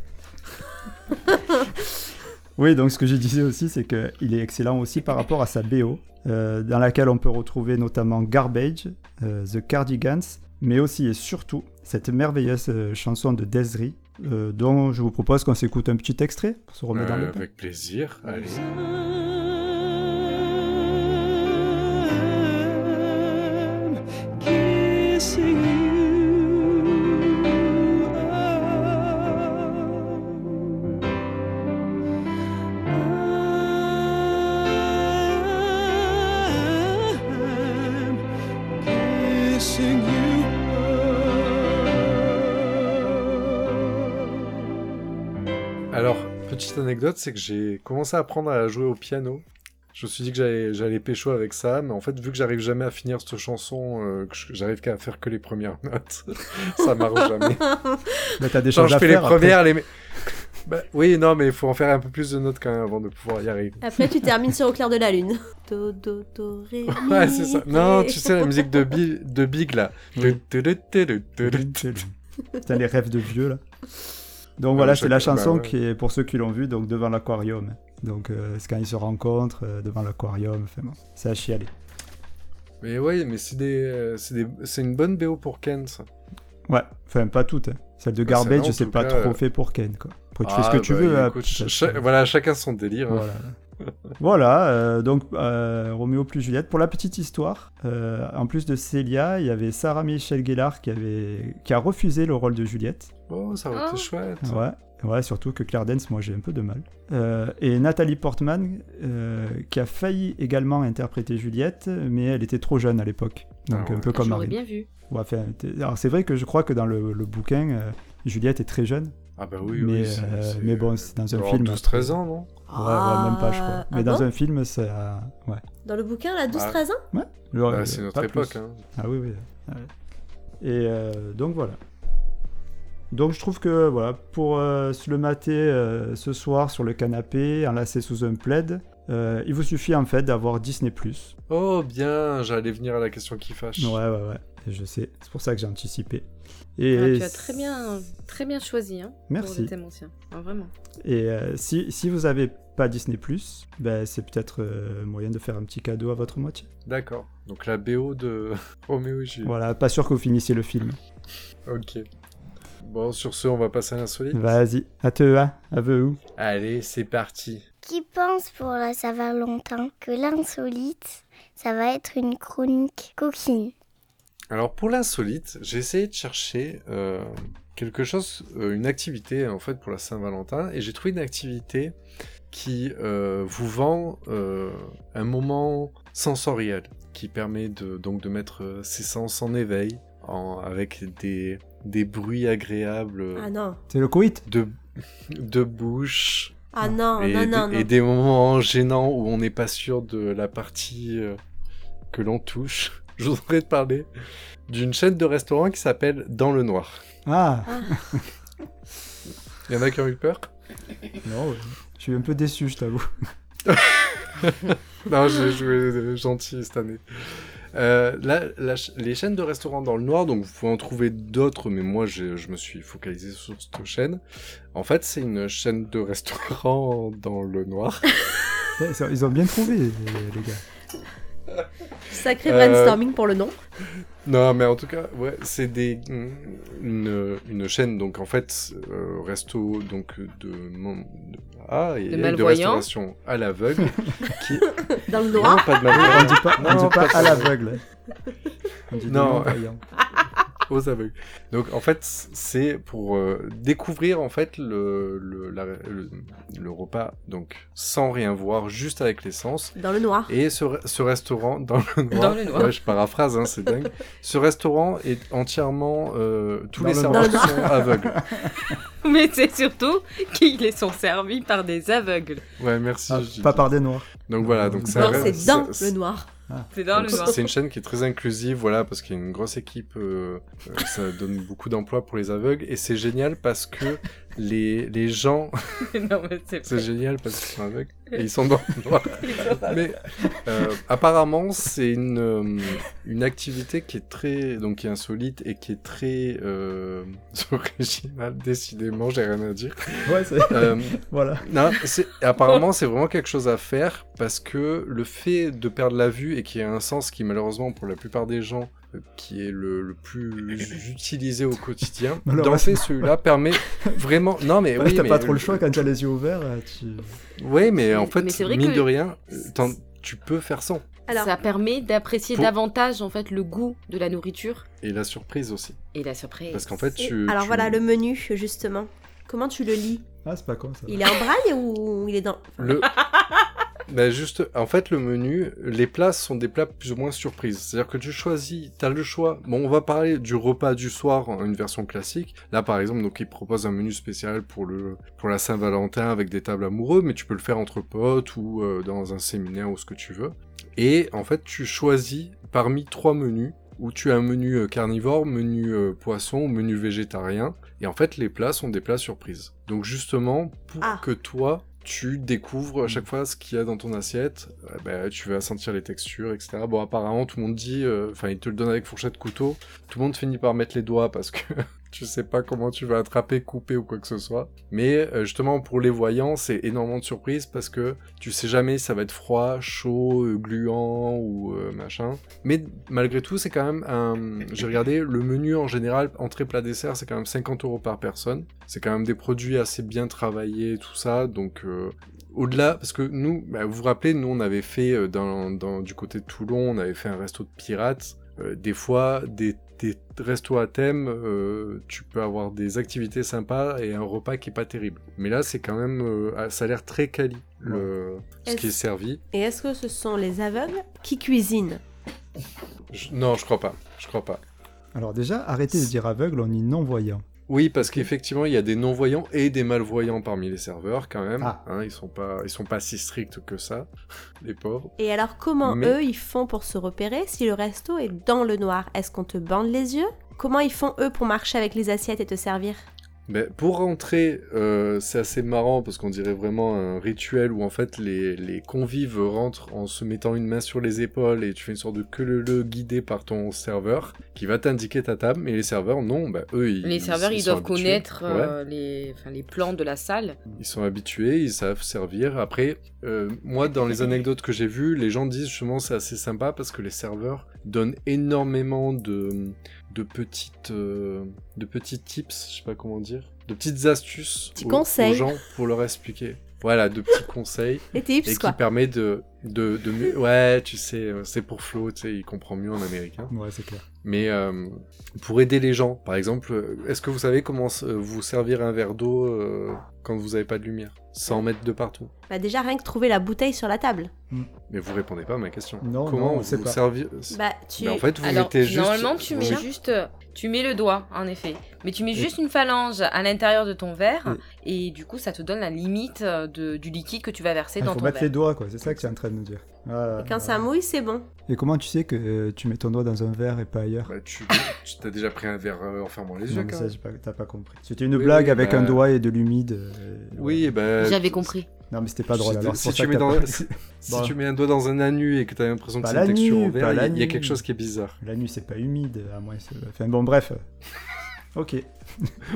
[SPEAKER 6] oui, donc ce que je disais aussi, c'est qu'il est excellent aussi par rapport à sa BO, euh, dans laquelle on peut retrouver notamment Garbage, euh, The Cardigans, mais aussi et surtout cette merveilleuse euh, chanson de Desri, euh, dont je vous propose qu'on s'écoute un petit extrait pour se remettre dans
[SPEAKER 5] Euh,
[SPEAKER 6] le bain.
[SPEAKER 5] avec plaisir. Allez. Alors, petite anecdote, c'est que j'ai commencé à apprendre à jouer au piano. Je me suis dit que j'allais, j'allais pécho avec ça, mais en fait, vu que j'arrive jamais à finir cette chanson, euh, que je- j'arrive qu'à faire que les premières notes, ça m'arrange jamais.
[SPEAKER 6] Là, t'as des
[SPEAKER 5] Genre,
[SPEAKER 6] choses
[SPEAKER 5] je
[SPEAKER 6] à
[SPEAKER 5] fais les
[SPEAKER 6] faire. après.
[SPEAKER 5] premières, les... Bah, oui, non, mais il faut en faire un peu plus de notes quand même avant de pouvoir y arriver.
[SPEAKER 3] Après, tu termines sur Au clair de la lune. Do, do, do, ré, mi,
[SPEAKER 5] Ouais, c'est ça. Non,
[SPEAKER 3] ré.
[SPEAKER 5] tu sais, la musique de, Bi- de Big, là.
[SPEAKER 6] Oui. Mm.
[SPEAKER 5] Putain,
[SPEAKER 6] Putain, les rêves de vieux, là. Donc
[SPEAKER 5] Ouais,
[SPEAKER 6] voilà,
[SPEAKER 5] je
[SPEAKER 6] c'est la
[SPEAKER 5] sais pas,
[SPEAKER 6] chanson
[SPEAKER 5] bah ouais.
[SPEAKER 6] qui est, pour ceux qui l'ont vu, donc devant l'aquarium. Donc euh, c'est quand ils se rencontrent euh, devant l'aquarium, enfin bon, c'est à chialer.
[SPEAKER 5] Mais oui, mais c'est des, euh, c'est des, c'est une bonne BO pour Ken, ça.
[SPEAKER 6] Ouais, enfin pas toutes. hein. Celle de
[SPEAKER 5] Bah, celle-là,
[SPEAKER 6] Garbage,
[SPEAKER 5] en
[SPEAKER 6] c'est
[SPEAKER 5] tout
[SPEAKER 6] pas
[SPEAKER 5] cas,
[SPEAKER 6] trop
[SPEAKER 5] euh,
[SPEAKER 6] fait pour Ken, quoi. Après, tu fais
[SPEAKER 5] Ah,
[SPEAKER 6] ce que tu
[SPEAKER 5] bah,
[SPEAKER 6] veux. hein,
[SPEAKER 5] écoute,
[SPEAKER 6] peut-être.
[SPEAKER 5] cha- voilà, chacun son délire. hein.
[SPEAKER 6] Voilà. Voilà, euh, donc euh, Roméo plus Juliette. Pour la petite histoire, euh, en plus de Célia, il y avait Sarah Michelle Gellar qui, avait... qui a refusé le rôle de Juliette.
[SPEAKER 5] Oh, ça aurait été
[SPEAKER 4] Oh.
[SPEAKER 5] chouette.
[SPEAKER 6] Ouais, ouais, surtout que Claire Dance, moi j'ai un peu de mal. Euh, et Nathalie Portman, euh, qui a failli également interpréter Juliette, mais elle était trop jeune à l'époque. Donc
[SPEAKER 5] Ah ouais.
[SPEAKER 6] un peu comme
[SPEAKER 4] j'aurais
[SPEAKER 6] Marine.
[SPEAKER 4] bien vu.
[SPEAKER 6] Ouais, enfin, t'es- Alors c'est vrai que je crois que dans le, le bouquin, euh, Juliette est très jeune.
[SPEAKER 5] Ah bah oui,
[SPEAKER 6] mais,
[SPEAKER 5] oui. c'est-
[SPEAKER 6] euh,
[SPEAKER 5] c'est-
[SPEAKER 6] mais bon, c'est dans un
[SPEAKER 5] doit avoir
[SPEAKER 6] film.
[SPEAKER 5] 12-13 ans, non
[SPEAKER 6] Ouais, ouais, même pas, je crois.
[SPEAKER 3] Ah,
[SPEAKER 6] Mais
[SPEAKER 3] ah
[SPEAKER 6] dans
[SPEAKER 3] bon
[SPEAKER 6] un Ah. film, ça. Ouais.
[SPEAKER 3] Dans le bouquin, là, 12-13 ans
[SPEAKER 6] Genre,
[SPEAKER 5] Bah,
[SPEAKER 6] euh,
[SPEAKER 5] C'est
[SPEAKER 6] pas
[SPEAKER 5] notre
[SPEAKER 6] plus.
[SPEAKER 5] époque. Hein.
[SPEAKER 6] Ah oui, oui. ouais. Et euh, donc voilà. Donc je trouve que voilà, pour euh, se le mater euh, ce soir sur le canapé, enlacé sous un plaid, euh, il vous suffit en fait d'avoir Disney+. Ouais,
[SPEAKER 5] Oh bien, j'allais venir à la question qui fâche.
[SPEAKER 6] ouais, ouais, je sais. C'est pour ça que j'ai anticipé. Et
[SPEAKER 4] Ah, tu as très bien, très bien choisi hein, pour
[SPEAKER 6] Merci.
[SPEAKER 4] le thème ancien. Ah, vraiment.
[SPEAKER 6] Et euh, si, si vous avez pas Disney+, ben, c'est peut-être euh, moyen de faire un petit cadeau à votre moitié.
[SPEAKER 5] D'accord. Donc la BO de Roméo et Juliette.
[SPEAKER 6] Voilà, pas sûr que vous finissiez le film.
[SPEAKER 5] Ok. Bon, sur ce, on va passer à l'insolite.
[SPEAKER 6] Vas-y, à te, hein, à vous.
[SPEAKER 5] Allez, c'est parti.
[SPEAKER 2] qui pense pour la Saint-Valentin que l'insolite, ça va être une chronique coquine.
[SPEAKER 5] Alors pour l'insolite, j'ai essayé de chercher euh, quelque chose, euh, une activité en fait pour la Saint-Valentin, et j'ai trouvé une activité qui euh, vous vend euh, un moment sensoriel, qui permet de, donc de mettre euh, ses sens en éveil, en- avec des, des bruits agréables
[SPEAKER 3] Ah non.
[SPEAKER 6] C'est le coït
[SPEAKER 5] de, de bouche,
[SPEAKER 3] Ah non,
[SPEAKER 5] et,
[SPEAKER 3] non,
[SPEAKER 5] de-
[SPEAKER 3] non,
[SPEAKER 5] et
[SPEAKER 3] non.
[SPEAKER 5] des moments gênants où on n'est pas sûr de la partie euh, que l'on touche. Je voudrais te parler d'une chaîne de restaurants qui s'appelle Dans le Noir.
[SPEAKER 6] Ah
[SPEAKER 5] Il y en a qui ont eu peur
[SPEAKER 6] Non, je suis un peu déçu, je t'avoue.
[SPEAKER 5] Non, j'ai joué euh, gentil cette année. Euh, là, la ch- les chaînes de restaurants dans le noir, donc vous pouvez en trouver d'autres, mais moi j'ai- je me suis focalisé sur cette chaîne. En fait, c'est une chaîne de restaurants dans le noir.
[SPEAKER 6] Ils sont- Ils ont bien trouvé, les les gars.
[SPEAKER 3] Sacré
[SPEAKER 5] Euh,
[SPEAKER 3] brainstorming pour le nom.
[SPEAKER 5] non, mais en tout cas, ouais, c'est des une, une chaîne donc en fait euh, resto donc de, mon- de- ah et
[SPEAKER 4] De
[SPEAKER 5] et de
[SPEAKER 4] malvoyants.
[SPEAKER 5] restauration à l'aveugle qui
[SPEAKER 3] Dans le
[SPEAKER 5] non
[SPEAKER 3] noir.
[SPEAKER 5] pas de
[SPEAKER 6] On
[SPEAKER 5] malvoyants
[SPEAKER 6] dit pas, on
[SPEAKER 5] Ah Non,
[SPEAKER 6] dit pas
[SPEAKER 5] pas
[SPEAKER 6] à
[SPEAKER 5] de-
[SPEAKER 6] l'aveugle. On dit
[SPEAKER 5] Non.
[SPEAKER 6] non. voyant.
[SPEAKER 5] aux aveugles. Donc en fait, c'est pour euh, découvrir en fait le, le, la- le, le repas donc sans rien voir, juste avec les sens.
[SPEAKER 6] Euh,
[SPEAKER 3] Dans le noir.
[SPEAKER 5] Et ce, re- ce restaurant dans le noir,
[SPEAKER 4] Dans le noir.
[SPEAKER 5] Ouais, je paraphrase, hein, c'est dingue. Ce restaurant est entièrement, euh, tous
[SPEAKER 6] Dans
[SPEAKER 5] les
[SPEAKER 6] le
[SPEAKER 5] serveurs
[SPEAKER 3] noir.
[SPEAKER 5] sont aveugles.
[SPEAKER 4] Mais c'est surtout qu'ils sont servis par des aveugles.
[SPEAKER 5] Ouais, merci.
[SPEAKER 6] Ah,
[SPEAKER 5] Gigi.
[SPEAKER 6] pas par des noirs.
[SPEAKER 5] Donc voilà, donc c'est
[SPEAKER 3] Non,
[SPEAKER 5] un-
[SPEAKER 3] c'est dans
[SPEAKER 5] c'est-
[SPEAKER 3] le noir.
[SPEAKER 4] C'est dans
[SPEAKER 5] Donc,
[SPEAKER 4] le
[SPEAKER 5] c'est-
[SPEAKER 4] noir.
[SPEAKER 5] C'est une chaîne qui est très inclusive, voilà, parce qu'il y a une grosse équipe, euh, euh, ça donne beaucoup d'emplois pour les aveugles, et c'est génial parce que les, les gens
[SPEAKER 4] non, mais c'est
[SPEAKER 5] C'est
[SPEAKER 4] vrai.
[SPEAKER 5] génial parce qu'ils sont avec et ils sont dans le noir. Mais euh, apparemment, c'est une, euh, une activité qui est très donc qui est insolite et qui est très euh, originale. Décidément, j'ai rien à dire.
[SPEAKER 6] Ouais, c'est...
[SPEAKER 5] Euh,
[SPEAKER 6] hein. voilà.
[SPEAKER 5] non, c'est- apparemment, c'est vraiment quelque chose à faire parce que le fait de perdre la vue et qui a un sens qui malheureusement pour la plupart des gens euh, qui est le, le plus utilisé au quotidien. D'en fait,
[SPEAKER 6] Malheureusement.
[SPEAKER 5] celui-là permet vraiment. Non, mais
[SPEAKER 6] Ouais,
[SPEAKER 5] Eh oui,
[SPEAKER 6] t'as
[SPEAKER 5] mais
[SPEAKER 6] pas trop le choix quand t'as les yeux ouverts. euh, Tu...
[SPEAKER 5] oui, mais en
[SPEAKER 4] Mais-
[SPEAKER 5] fait,
[SPEAKER 4] mais c'est vrai
[SPEAKER 5] mine
[SPEAKER 4] que-
[SPEAKER 5] de rien, euh, t'en- tu peux faire sans.
[SPEAKER 3] Alors,
[SPEAKER 4] Ça permet d'apprécier
[SPEAKER 5] Pour-
[SPEAKER 4] davantage en fait le goût de la nourriture
[SPEAKER 5] Et la surprise aussi.
[SPEAKER 4] et la surprise.
[SPEAKER 5] Parce qu'en fait,
[SPEAKER 3] et-
[SPEAKER 5] tu.
[SPEAKER 3] alors
[SPEAKER 5] tu-
[SPEAKER 3] voilà, le menu, justement. Comment tu le lis
[SPEAKER 6] Ah, c'est pas con ça.
[SPEAKER 3] Il est en braille ou il est dans.
[SPEAKER 5] le- Bah, juste, en fait, le menu, les plats sont des plats plus ou moins surprises. C'est-à-dire que tu choisis, t'as le choix. Bon, on va parler du repas du soir, en une version classique. Là, par exemple, donc, ils proposent un menu spécial pour le, pour la Saint-Valentin avec des tables amoureux, mais tu peux le faire entre potes ou euh, dans un séminaire ou ce que tu veux. Et en fait, tu choisis parmi trois menus où tu as un menu euh, carnivore, menu euh, poisson, menu végétarien. Et en fait, les plats sont des plats surprises. Donc justement, pour
[SPEAKER 3] Ah.
[SPEAKER 5] que toi, tu découvres à chaque fois ce qu'il y a dans ton assiette, euh, bah, tu vas sentir les textures, etc. Bon, apparemment, tout le monde dit, euh, enfin, ils te le donnent avec fourchette couteau. Tout le monde finit par mettre les doigts parce que tu sais pas comment tu vas attraper, couper ou quoi que ce soit. Mais euh, justement, pour les voyants, c'est énormément de surprises parce que tu sais jamais si ça va être froid, chaud, euh, gluant ou euh, machin. Mais malgré tout, c'est quand même un. J'ai regardé le menu en général, entrée, plat, dessert, c'est quand même 50 euros par personne. C'est quand même des produits assez bien travaillés, tout ça. Donc, euh, au-delà, parce que nous, bah, vous vous rappelez, nous, on avait fait euh, dans, dans- du côté de Toulon, on avait fait un resto de pirates. Euh, des fois, des, des restos à thème, euh, tu peux avoir des activités sympas et un repas qui est pas terrible. Mais là, c'est quand même, euh, ah, ça a l'air très quali, le, ce qui est
[SPEAKER 3] Est-ce-
[SPEAKER 5] servi.
[SPEAKER 3] Et est-ce que ce sont les aveugles qui cuisinent
[SPEAKER 5] Je- non, je crois pas. Je crois pas.
[SPEAKER 6] Alors déjà, arrêtez de dire aveugle, on dit non-voyant.
[SPEAKER 5] Oui, parce qu'effectivement, il y a des non-voyants et des malvoyants parmi les serveurs, quand même.
[SPEAKER 6] Ah.
[SPEAKER 5] Hein, ils sont pas, ils sont pas si stricts que ça, les pauvres.
[SPEAKER 3] Et alors, comment
[SPEAKER 5] Mais-
[SPEAKER 3] eux, ils font pour se repérer si le resto est dans le noir Est-ce qu'on te bande les yeux Comment ils font, eux, pour marcher avec les assiettes et te servir
[SPEAKER 5] Mais pour rentrer, euh, c'est assez marrant parce qu'on dirait vraiment un rituel où en fait les, les convives rentrent en se mettant une main sur les épaules et tu fais une sorte de que le le guidé par ton serveur qui va t'indiquer ta table. Mais les serveurs, non, bah, eux, ils
[SPEAKER 4] Les serveurs, ils,
[SPEAKER 5] sont
[SPEAKER 4] doivent
[SPEAKER 5] habitués.
[SPEAKER 4] connaître
[SPEAKER 5] Ouais.
[SPEAKER 4] euh, les, enfin, les plans de la salle.
[SPEAKER 5] Ils sont habitués, ils savent servir. Après, euh, moi, dans les anecdotes que j'ai vues, les gens disent justement c'est assez sympa parce que les serveurs donnent énormément de, de petites euh, de petits tips, je sais pas comment dire, de petites astuces
[SPEAKER 3] Petits
[SPEAKER 5] aux,
[SPEAKER 3] conseils.
[SPEAKER 5] aux gens pour leur expliquer. Voilà, de petits conseils.
[SPEAKER 3] Et tes
[SPEAKER 5] Et
[SPEAKER 3] hips,
[SPEAKER 5] qui
[SPEAKER 3] quoi.
[SPEAKER 5] permet de, de, de mieux... Ouais, tu sais, euh, c'est pour Flo, tu sais, il comprend mieux en américain.
[SPEAKER 6] Ouais, c'est clair.
[SPEAKER 5] Mais euh, pour aider les gens, par exemple, euh, est-ce que vous savez comment s- euh, vous servir un verre d'eau euh, quand vous n'avez pas de lumière Sans mettre de partout.
[SPEAKER 3] Bah, déjà, rien que trouver la bouteille sur la table.
[SPEAKER 5] Mais vous répondez pas à ma question.
[SPEAKER 6] Non, non,
[SPEAKER 5] comment
[SPEAKER 6] on
[SPEAKER 5] vous
[SPEAKER 6] sait pas.
[SPEAKER 5] servir...
[SPEAKER 3] Bah, tu.
[SPEAKER 5] Mais en fait, vous
[SPEAKER 4] Alors,
[SPEAKER 5] mettez juste...
[SPEAKER 4] normalement, tu
[SPEAKER 5] vous
[SPEAKER 4] mets
[SPEAKER 5] mettez-
[SPEAKER 4] juste. euh, Tu mets le doigt, en effet. Mais tu mets juste une phalange à l'intérieur de ton verre. Et du coup, ça te donne la limite euh, de- du liquide que tu vas verser
[SPEAKER 5] Ah,
[SPEAKER 6] Il
[SPEAKER 4] dans
[SPEAKER 6] faut
[SPEAKER 4] ton
[SPEAKER 6] mettre
[SPEAKER 4] verre.
[SPEAKER 6] les doigts, quoi. C'est ça que tu es en train de nous dire. Ah,
[SPEAKER 3] Et quand
[SPEAKER 6] ah.
[SPEAKER 3] ça mouille, c'est bon.
[SPEAKER 6] Et comment tu sais que euh, tu mets ton doigt dans un verre et pas ailleurs
[SPEAKER 5] Bah, tu tu t'as déjà pris un verre euh, en fermant les
[SPEAKER 6] Non,
[SPEAKER 5] yeux,
[SPEAKER 6] mais
[SPEAKER 5] quand
[SPEAKER 6] ça,
[SPEAKER 5] même.
[SPEAKER 6] j'ai pas- t'as pas compris. C'était une
[SPEAKER 5] Oui,
[SPEAKER 6] blague
[SPEAKER 5] oui,
[SPEAKER 6] avec
[SPEAKER 5] bah-
[SPEAKER 6] un doigt et de l'humide. euh,
[SPEAKER 5] Oui,
[SPEAKER 6] ouais.
[SPEAKER 5] bah...
[SPEAKER 4] J'avais compris.
[SPEAKER 6] Non, mais c'était pas drôle.
[SPEAKER 5] si-
[SPEAKER 6] Alors, c'est
[SPEAKER 5] si
[SPEAKER 6] pour
[SPEAKER 5] tu
[SPEAKER 6] ça que
[SPEAKER 5] mets
[SPEAKER 6] t'as
[SPEAKER 5] dans-
[SPEAKER 6] pas-
[SPEAKER 5] si- Si
[SPEAKER 6] Bon.
[SPEAKER 5] tu mets un doigt dans un anu et que t'as l'impression que
[SPEAKER 6] Bah. Pas
[SPEAKER 5] c'est
[SPEAKER 6] la
[SPEAKER 5] une texture
[SPEAKER 6] nuit,
[SPEAKER 5] en verre,
[SPEAKER 6] pas
[SPEAKER 5] il y
[SPEAKER 6] la
[SPEAKER 5] a- il y a
[SPEAKER 6] nuit.
[SPEAKER 5] quelque chose qui est bizarre.
[SPEAKER 6] La nuit, c'est pas humide. À moins. c'est- Enfin, bon, bref. Ok.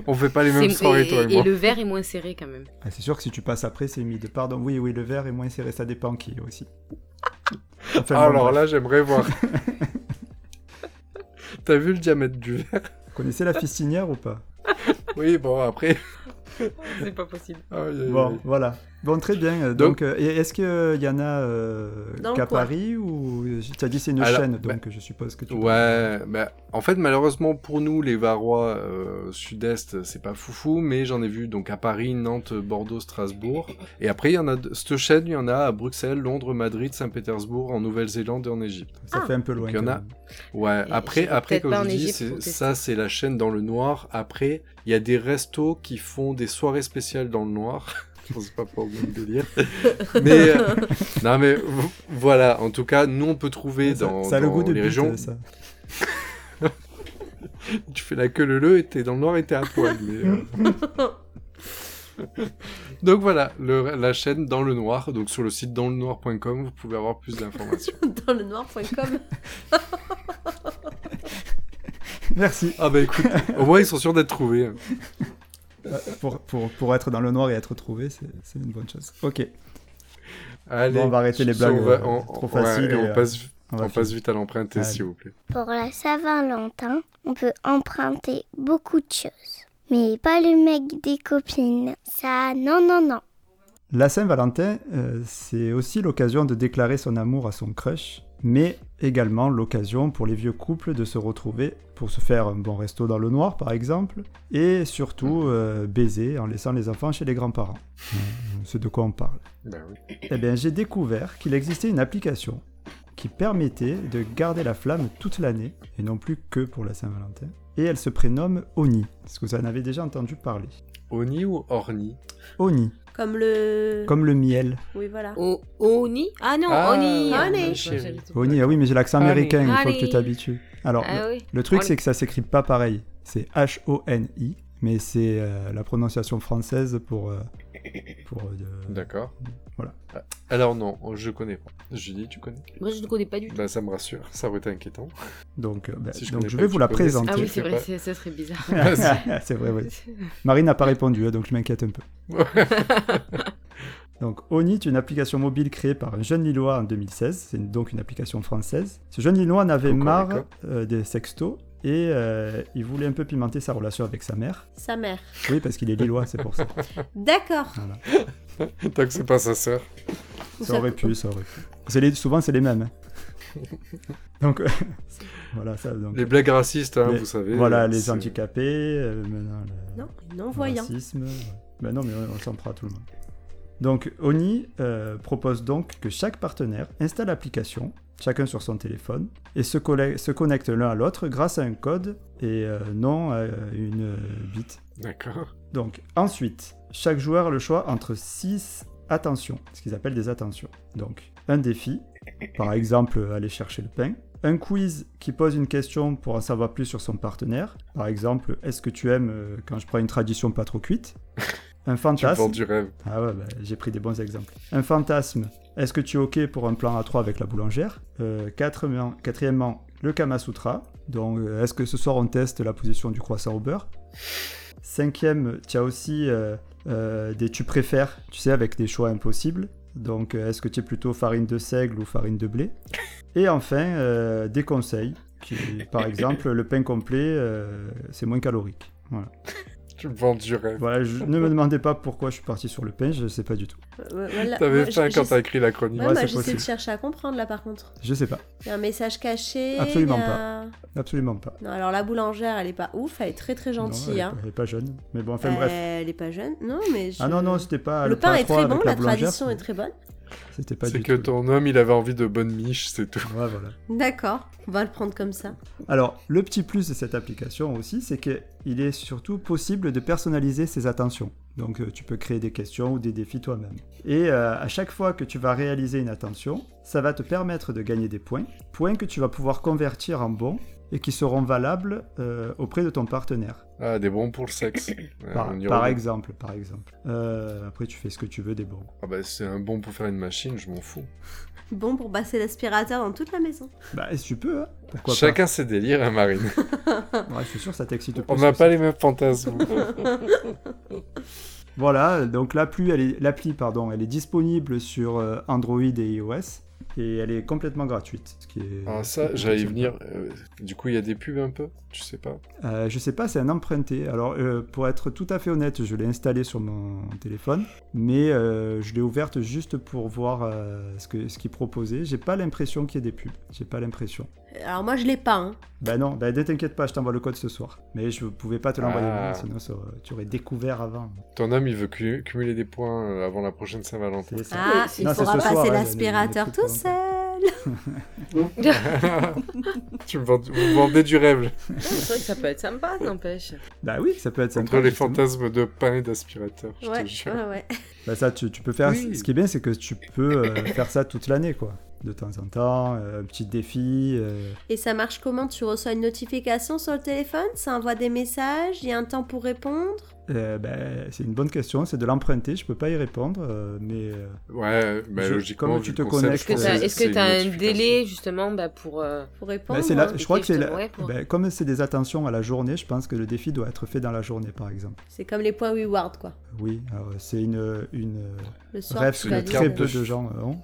[SPEAKER 5] On fait pas les mêmes
[SPEAKER 4] C'est-
[SPEAKER 5] soirées,
[SPEAKER 4] et-
[SPEAKER 5] toi et
[SPEAKER 4] et
[SPEAKER 5] moi.
[SPEAKER 4] le verre est moins serré quand même.
[SPEAKER 6] Ah, c'est sûr que si tu passes après, c'est humide. Pardon, oui, oui, le verre est moins serré, ça dépend qui aussi. Enfin, bon,
[SPEAKER 5] Alors
[SPEAKER 6] bref.
[SPEAKER 5] là, j'aimerais voir. T'as vu le diamètre du verre
[SPEAKER 6] Vous connaissez la fistinière ou pas
[SPEAKER 5] Oui, bon, après.
[SPEAKER 4] C'est pas possible.
[SPEAKER 6] Ah
[SPEAKER 5] Aïe, aïe,
[SPEAKER 6] Bon,
[SPEAKER 5] aïe.
[SPEAKER 6] voilà. Bon, très bien. euh,
[SPEAKER 5] Euh, Donc-
[SPEAKER 6] Donc, euh, et est-ce qu'il y en a euh,
[SPEAKER 3] Dans le
[SPEAKER 6] qu'à
[SPEAKER 3] coin.
[SPEAKER 6] Paris ou Tu as dit c'est une
[SPEAKER 5] Alors,
[SPEAKER 6] chaîne,
[SPEAKER 5] bah-
[SPEAKER 6] donc je suppose que tu.
[SPEAKER 5] Ouais, bah, en fait, malheureusement pour nous, les Varois euh, sud-est, c'est pas foufou, mais j'en ai vu donc à Paris, Nantes, Bordeaux, Strasbourg. Et après, il y en a. de- Cette chaîne, il y en a à Bruxelles, Londres, Madrid, Saint-Pétersbourg, en Nouvelle-Zélande et en Égypte.
[SPEAKER 6] Ça fait un peu loin.
[SPEAKER 5] il y en
[SPEAKER 6] quand
[SPEAKER 5] a-
[SPEAKER 6] même.
[SPEAKER 5] Ouais,
[SPEAKER 4] Et
[SPEAKER 5] après,
[SPEAKER 4] j'irai
[SPEAKER 5] après
[SPEAKER 4] peut-être
[SPEAKER 5] comme
[SPEAKER 4] pas
[SPEAKER 5] je
[SPEAKER 4] en
[SPEAKER 5] dis,
[SPEAKER 4] Égypte
[SPEAKER 5] c'est-
[SPEAKER 4] pour tester.
[SPEAKER 5] ça c'est la chaîne dans le noir. Après, il y a des restos qui font des soirées spéciales dans le noir. je pense pas pour même délire. mais euh, non mais vo- voilà, en tout cas, nous on peut trouver
[SPEAKER 6] Ça-
[SPEAKER 5] dans,
[SPEAKER 6] ça a le
[SPEAKER 5] dans
[SPEAKER 6] goût de
[SPEAKER 5] les
[SPEAKER 6] bite,
[SPEAKER 5] régions.
[SPEAKER 6] ça.
[SPEAKER 5] Tu fais la queue le le et t'es dans le noir et t'es à poil. mais, euh. Donc voilà, le- la chaîne dans le noir. Donc sur le site danslenoir.com, vous pouvez avoir plus d'informations.
[SPEAKER 3] Dans le noir.com.
[SPEAKER 6] Merci.
[SPEAKER 5] ah bah écoute, au moins ils sont sûrs d'être trouvés.
[SPEAKER 6] Euh, Pour, pour, pour être dans le noir et être trouvé, c'est c'est une bonne chose. Ok.
[SPEAKER 5] Allez,
[SPEAKER 6] Bon, on va arrêter les
[SPEAKER 5] sur-
[SPEAKER 6] blagues,
[SPEAKER 5] on va-
[SPEAKER 6] euh,
[SPEAKER 5] on-
[SPEAKER 6] trop
[SPEAKER 5] ouais,
[SPEAKER 6] faciles
[SPEAKER 5] et
[SPEAKER 6] et,
[SPEAKER 5] on
[SPEAKER 6] euh,
[SPEAKER 5] passe
[SPEAKER 6] On
[SPEAKER 5] On
[SPEAKER 6] va
[SPEAKER 5] passe vite à l'emprunté,
[SPEAKER 6] Allez.
[SPEAKER 5] s'il vous plaît.
[SPEAKER 2] Pour la Saint-Valentin, on peut emprunter beaucoup de choses. Mais pas le mec des copines. Ça, non, non, non.
[SPEAKER 6] La Saint-Valentin, euh, c'est aussi l'occasion de déclarer son amour à son crush, mais également l'occasion pour les vieux couples de se retrouver pour se faire un bon resto dans le noir, par exemple, et surtout euh, baiser en laissant les enfants chez les grands-parents. Euh, C'est de quoi on parle.
[SPEAKER 5] Ben oui.
[SPEAKER 6] Eh bien, j'ai découvert qu'il existait une application qui permettait de garder la flamme toute l'année, et non plus que pour la Saint-Valentin. Et elle se prénomme Oni. Est-ce que vous en avez déjà entendu parler
[SPEAKER 5] Oni ou Orni
[SPEAKER 6] Oni,
[SPEAKER 3] Comme le.
[SPEAKER 6] comme le miel.
[SPEAKER 3] Oui, voilà.
[SPEAKER 4] Au Oni Ah non,
[SPEAKER 5] Oh. Ah,
[SPEAKER 4] Oni
[SPEAKER 5] Oni.
[SPEAKER 6] Oni, ah oui, mais j'ai l'accent
[SPEAKER 5] Oni.
[SPEAKER 6] américain, il faut que tu
[SPEAKER 4] Oni.
[SPEAKER 6] t'habitues. Alors,
[SPEAKER 4] Ah oui.
[SPEAKER 6] le truc,
[SPEAKER 4] Oni.
[SPEAKER 6] c'est que ça s'écrit pas pareil. C'est H-O-N-I, mais c'est euh, la prononciation française pour. euh, pour euh, de-
[SPEAKER 5] D'accord.
[SPEAKER 6] Voilà.
[SPEAKER 5] Ah, Alors non, je connais pas. Julie, tu connais
[SPEAKER 4] Moi, je ne connais pas du tout.
[SPEAKER 5] Bah ça me rassure, ça aurait été inquiétant.
[SPEAKER 6] donc, euh, ben,
[SPEAKER 5] Si je
[SPEAKER 6] donc
[SPEAKER 5] connais
[SPEAKER 6] je
[SPEAKER 5] pas,
[SPEAKER 6] vais
[SPEAKER 5] tu
[SPEAKER 6] vous la
[SPEAKER 5] connais, c'est-
[SPEAKER 6] présenter.
[SPEAKER 4] Ah
[SPEAKER 5] Tu
[SPEAKER 4] oui,
[SPEAKER 5] le fais
[SPEAKER 4] c'est vrai,
[SPEAKER 5] pas.
[SPEAKER 4] c'est- ça serait bizarre. Ah,
[SPEAKER 6] c'est vrai, Ah oui. Marine n'a pas répondu, hein, donc je m'inquiète un peu. Donc Oni est une application mobile créée par un jeune Lillois en 2016, c'est une- donc une application française. Ce jeune Lillois en avait
[SPEAKER 5] Cocorico.
[SPEAKER 6] marre euh, des sextos et euh, il voulait un peu pimenter sa relation avec sa mère.
[SPEAKER 3] Sa mère.
[SPEAKER 6] Oui, parce qu'il est Lillois, c'est pour ça.
[SPEAKER 3] D'accord.
[SPEAKER 6] Voilà.
[SPEAKER 5] Tant que c'est pas sa sœur.
[SPEAKER 6] Ça aurait pu, ça aurait pu. C'est les- souvent, c'est les mêmes. hein. donc euh, voilà, ça, donc,
[SPEAKER 5] Les blagues racistes, hein,
[SPEAKER 6] les-
[SPEAKER 5] vous savez.
[SPEAKER 6] voilà,
[SPEAKER 5] euh,
[SPEAKER 6] les
[SPEAKER 5] c'est-
[SPEAKER 6] handicapés, euh, maintenant, le-
[SPEAKER 3] Non, non-voyant.
[SPEAKER 6] Racisme. ouais. Ben non, mais on, on s'en prend à tout le monde. Donc, Oni euh, propose donc que chaque partenaire installe l'application, chacun sur son téléphone, et se, colle- se connecte l'un à l'autre grâce à un code et euh, non à une euh, bit.
[SPEAKER 5] D'accord.
[SPEAKER 6] Donc, ensuite, chaque joueur a le choix entre 6 attentions, ce qu'ils appellent des attentions. Donc, un défi, par exemple, euh, aller chercher le pain. Un quiz qui pose une question pour en savoir plus sur son partenaire. Par exemple, est-ce que tu aimes euh, quand je prends une tradition pas trop cuite
[SPEAKER 5] Tu me
[SPEAKER 6] Un
[SPEAKER 5] vends
[SPEAKER 6] fantasme.
[SPEAKER 5] du rêve.
[SPEAKER 6] Ah ouais, bah, j'ai pris des bons exemples. Un fantasme. Est-ce que tu es OK pour un plan A3 avec la boulangère Euh, quatrièmement, quatrièmement, le Kama Sutra. Donc, euh, est-ce que ce soir on teste la position du croissant au beurre Cinquième, tu as aussi euh, euh, des tu préfères, tu sais, avec des choix impossibles. Donc, euh, est-ce que tu es plutôt farine de seigle ou farine de blé Et enfin, euh, des conseils. qui- par exemple, le pain complet, euh, c'est moins calorique. Voilà.
[SPEAKER 5] Tu Tu me vends du rêve.
[SPEAKER 6] Voilà, je, ne me demandez pas pourquoi je suis parti sur le pain, je sais pas du tout.
[SPEAKER 3] Ouais, Euh, voilà.
[SPEAKER 5] T'avais
[SPEAKER 3] Moi,
[SPEAKER 5] faim
[SPEAKER 3] je-
[SPEAKER 5] quand
[SPEAKER 3] je-
[SPEAKER 5] t'as écrit la chronique.
[SPEAKER 3] Ouais,
[SPEAKER 6] Ouais,
[SPEAKER 3] moi,
[SPEAKER 6] c'est
[SPEAKER 3] j'essaie de
[SPEAKER 6] possible.
[SPEAKER 3] chercher à comprendre là par contre.
[SPEAKER 6] Je sais pas,
[SPEAKER 3] Il y a un message caché.
[SPEAKER 6] Absolument
[SPEAKER 3] il y a-
[SPEAKER 6] absolument pas.
[SPEAKER 3] Non, alors la boulangère, elle est pas ouf, elle est très très
[SPEAKER 6] Non,
[SPEAKER 3] gentille.
[SPEAKER 6] elle, est
[SPEAKER 3] hein.
[SPEAKER 6] pas- elle est pas jeune. Mais bon, enfin bref.
[SPEAKER 3] Elle est pas jeune. Non, mais. je-
[SPEAKER 6] Ah non, non, c'était pas.
[SPEAKER 3] Le pain
[SPEAKER 6] à
[SPEAKER 3] est
[SPEAKER 6] trois
[SPEAKER 3] très bon,
[SPEAKER 6] avec
[SPEAKER 3] la,
[SPEAKER 6] boulangère,
[SPEAKER 3] tradition est très bonne.
[SPEAKER 6] C'était pas
[SPEAKER 5] C'est
[SPEAKER 6] du
[SPEAKER 5] que
[SPEAKER 6] tout.
[SPEAKER 5] ton homme, il avait envie de bonne miche, c'est tout.
[SPEAKER 6] Ouais, voilà.
[SPEAKER 3] D'accord, on va le prendre comme ça.
[SPEAKER 6] Alors, le petit plus de cette application aussi, c'est qu'il est surtout possible de personnaliser ses attentions. Donc, euh, tu peux créer des questions ou des défis toi-même. Et euh, à chaque fois que tu vas réaliser une attention, ça va te permettre de gagner des points, points que tu vas pouvoir convertir en bons et qui seront valables euh, auprès de ton partenaire.
[SPEAKER 5] Ah, des bons pour le sexe. Ouais,
[SPEAKER 6] Par,
[SPEAKER 5] Euh, on y
[SPEAKER 6] par
[SPEAKER 5] revient.
[SPEAKER 6] exemple, par exemple. Euh, après, tu fais ce que tu veux des bons.
[SPEAKER 5] Ah bah, c'est un bon pour faire une machine, je m'en fous.
[SPEAKER 3] Bon pour passer l'aspirateur dans toute la maison.
[SPEAKER 6] Bah, si tu peux, hein. Pourquoi
[SPEAKER 5] Chacun ses délires, hein, Marine.
[SPEAKER 6] pas Ouais, je suis sûr, ça t'excite plus.
[SPEAKER 5] on n'a
[SPEAKER 6] que
[SPEAKER 5] pas
[SPEAKER 6] ça.
[SPEAKER 5] les mêmes fantasmes.
[SPEAKER 6] Voilà, donc l'appli, elle est, l'appli, pardon, elle est disponible sur euh, Android et iOS et elle est complètement gratuite. Ce qui est,
[SPEAKER 5] ah, ça, j'allais y venir. Euh, du coup, il y a des pubs un peu Tu sais pas
[SPEAKER 6] Euh, je sais pas, c'est un emprunté. Alors, euh, pour être tout à fait honnête, je l'ai installé sur mon téléphone, mais euh, je l'ai ouverte juste pour voir euh, ce, que, ce qu'il proposait. J'ai pas l'impression qu'il y ait des pubs. J'ai pas l'impression.
[SPEAKER 3] Alors moi, je l'ai pas. hein.
[SPEAKER 6] Ben non, ben ne t'inquiète pas, je t'envoie le code ce soir. Mais je pouvais pas te l'envoyer,
[SPEAKER 5] Ah.
[SPEAKER 6] maintenant, sinon ça- tu aurais découvert avant.
[SPEAKER 5] Ton homme, il veut cu- cumuler des points euh, avant la prochaine Saint-Valentin.
[SPEAKER 6] C'est ça.
[SPEAKER 3] Ah, il
[SPEAKER 6] Non, c'est
[SPEAKER 3] faudra
[SPEAKER 6] ce soir,
[SPEAKER 3] passer
[SPEAKER 6] hein,
[SPEAKER 3] l'aspirateur
[SPEAKER 6] le- le
[SPEAKER 3] tout
[SPEAKER 6] truc
[SPEAKER 3] seul.
[SPEAKER 5] tu me vends- vous me vendez du rêve.
[SPEAKER 4] C'est vrai que ça peut être sympa, n'empêche.
[SPEAKER 6] Bah oui, ça peut être sympa.
[SPEAKER 5] Entre les
[SPEAKER 6] justement.
[SPEAKER 5] fantasmes de pain et d'aspirateur, je
[SPEAKER 3] Ouais,
[SPEAKER 5] te jure.
[SPEAKER 3] ouais, ouais.
[SPEAKER 6] Bah ça, tu, tu peux faire.
[SPEAKER 5] Oui.
[SPEAKER 6] Ce qui est bien, c'est que tu peux euh, faire ça toute l'année, quoi. De temps en temps, euh, un petit défi. euh,
[SPEAKER 3] Et ça marche comment Tu reçois une notification sur le téléphone Ça envoie des messages Il y a un temps pour répondre
[SPEAKER 6] euh, bah, c'est une bonne question. C'est de l'emprunter. Je peux pas y répondre, euh, mais euh,
[SPEAKER 5] Ouais, bah,
[SPEAKER 6] Je-
[SPEAKER 5] logiquement,
[SPEAKER 6] comment
[SPEAKER 5] vu
[SPEAKER 6] tu
[SPEAKER 5] le
[SPEAKER 6] te
[SPEAKER 5] concept,
[SPEAKER 6] connectes,
[SPEAKER 5] je
[SPEAKER 4] Est-ce que t'as est-ce
[SPEAKER 5] pense c'est- c'est
[SPEAKER 6] euh,
[SPEAKER 4] que
[SPEAKER 5] une
[SPEAKER 4] t'as un
[SPEAKER 5] notification.
[SPEAKER 4] délai justement bah, pour. euh,
[SPEAKER 3] Pour
[SPEAKER 6] bah,
[SPEAKER 3] répondre
[SPEAKER 6] c'est la-
[SPEAKER 3] hein.
[SPEAKER 6] Je crois que c'est la-
[SPEAKER 4] justement, ouais, pour-
[SPEAKER 6] bah, comme c'est des attentions à la journée, je pense que le défi doit être fait dans la journée, par exemple.
[SPEAKER 3] hein. C'est comme les points Reward, quoi.
[SPEAKER 6] Oui. alors, c'est une une euh,
[SPEAKER 3] Le soir,
[SPEAKER 6] rêve
[SPEAKER 3] tu
[SPEAKER 5] c'est
[SPEAKER 6] que
[SPEAKER 5] la
[SPEAKER 3] valides.
[SPEAKER 6] très
[SPEAKER 5] carte
[SPEAKER 6] peu
[SPEAKER 5] de
[SPEAKER 6] de gens euh, ont.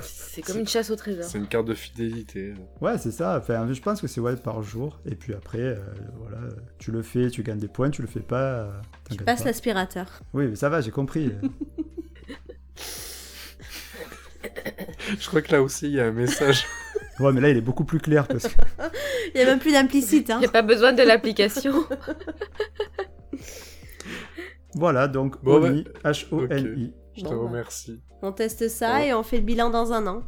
[SPEAKER 4] C'est comme une chasse au trésor.
[SPEAKER 5] C'est une carte de fidélité.
[SPEAKER 6] Ouais, c'est ça. Enfin, je pense que c'est ouais par jour. Et puis après, euh, voilà, tu le fais, tu gagnes des points. Tu le fais pas. euh,
[SPEAKER 3] Tu
[SPEAKER 6] t'inquiète
[SPEAKER 3] passes
[SPEAKER 6] pas.
[SPEAKER 3] l'aspirateur.
[SPEAKER 6] Oui, mais ça va, j'ai compris.
[SPEAKER 5] Je crois que là aussi, il y a un message.
[SPEAKER 6] ouais, mais là, il est beaucoup plus clair parce que.
[SPEAKER 3] Il n'y a même plus d'implicite, hein.
[SPEAKER 4] J'ai pas besoin de l'application.
[SPEAKER 6] Voilà, donc
[SPEAKER 5] Bon,
[SPEAKER 6] Oni, H-O-N-I.
[SPEAKER 5] Je te
[SPEAKER 3] Bon, bah.
[SPEAKER 5] remercie.
[SPEAKER 3] On teste ça
[SPEAKER 5] Ouais.
[SPEAKER 3] et on fait le bilan dans un an.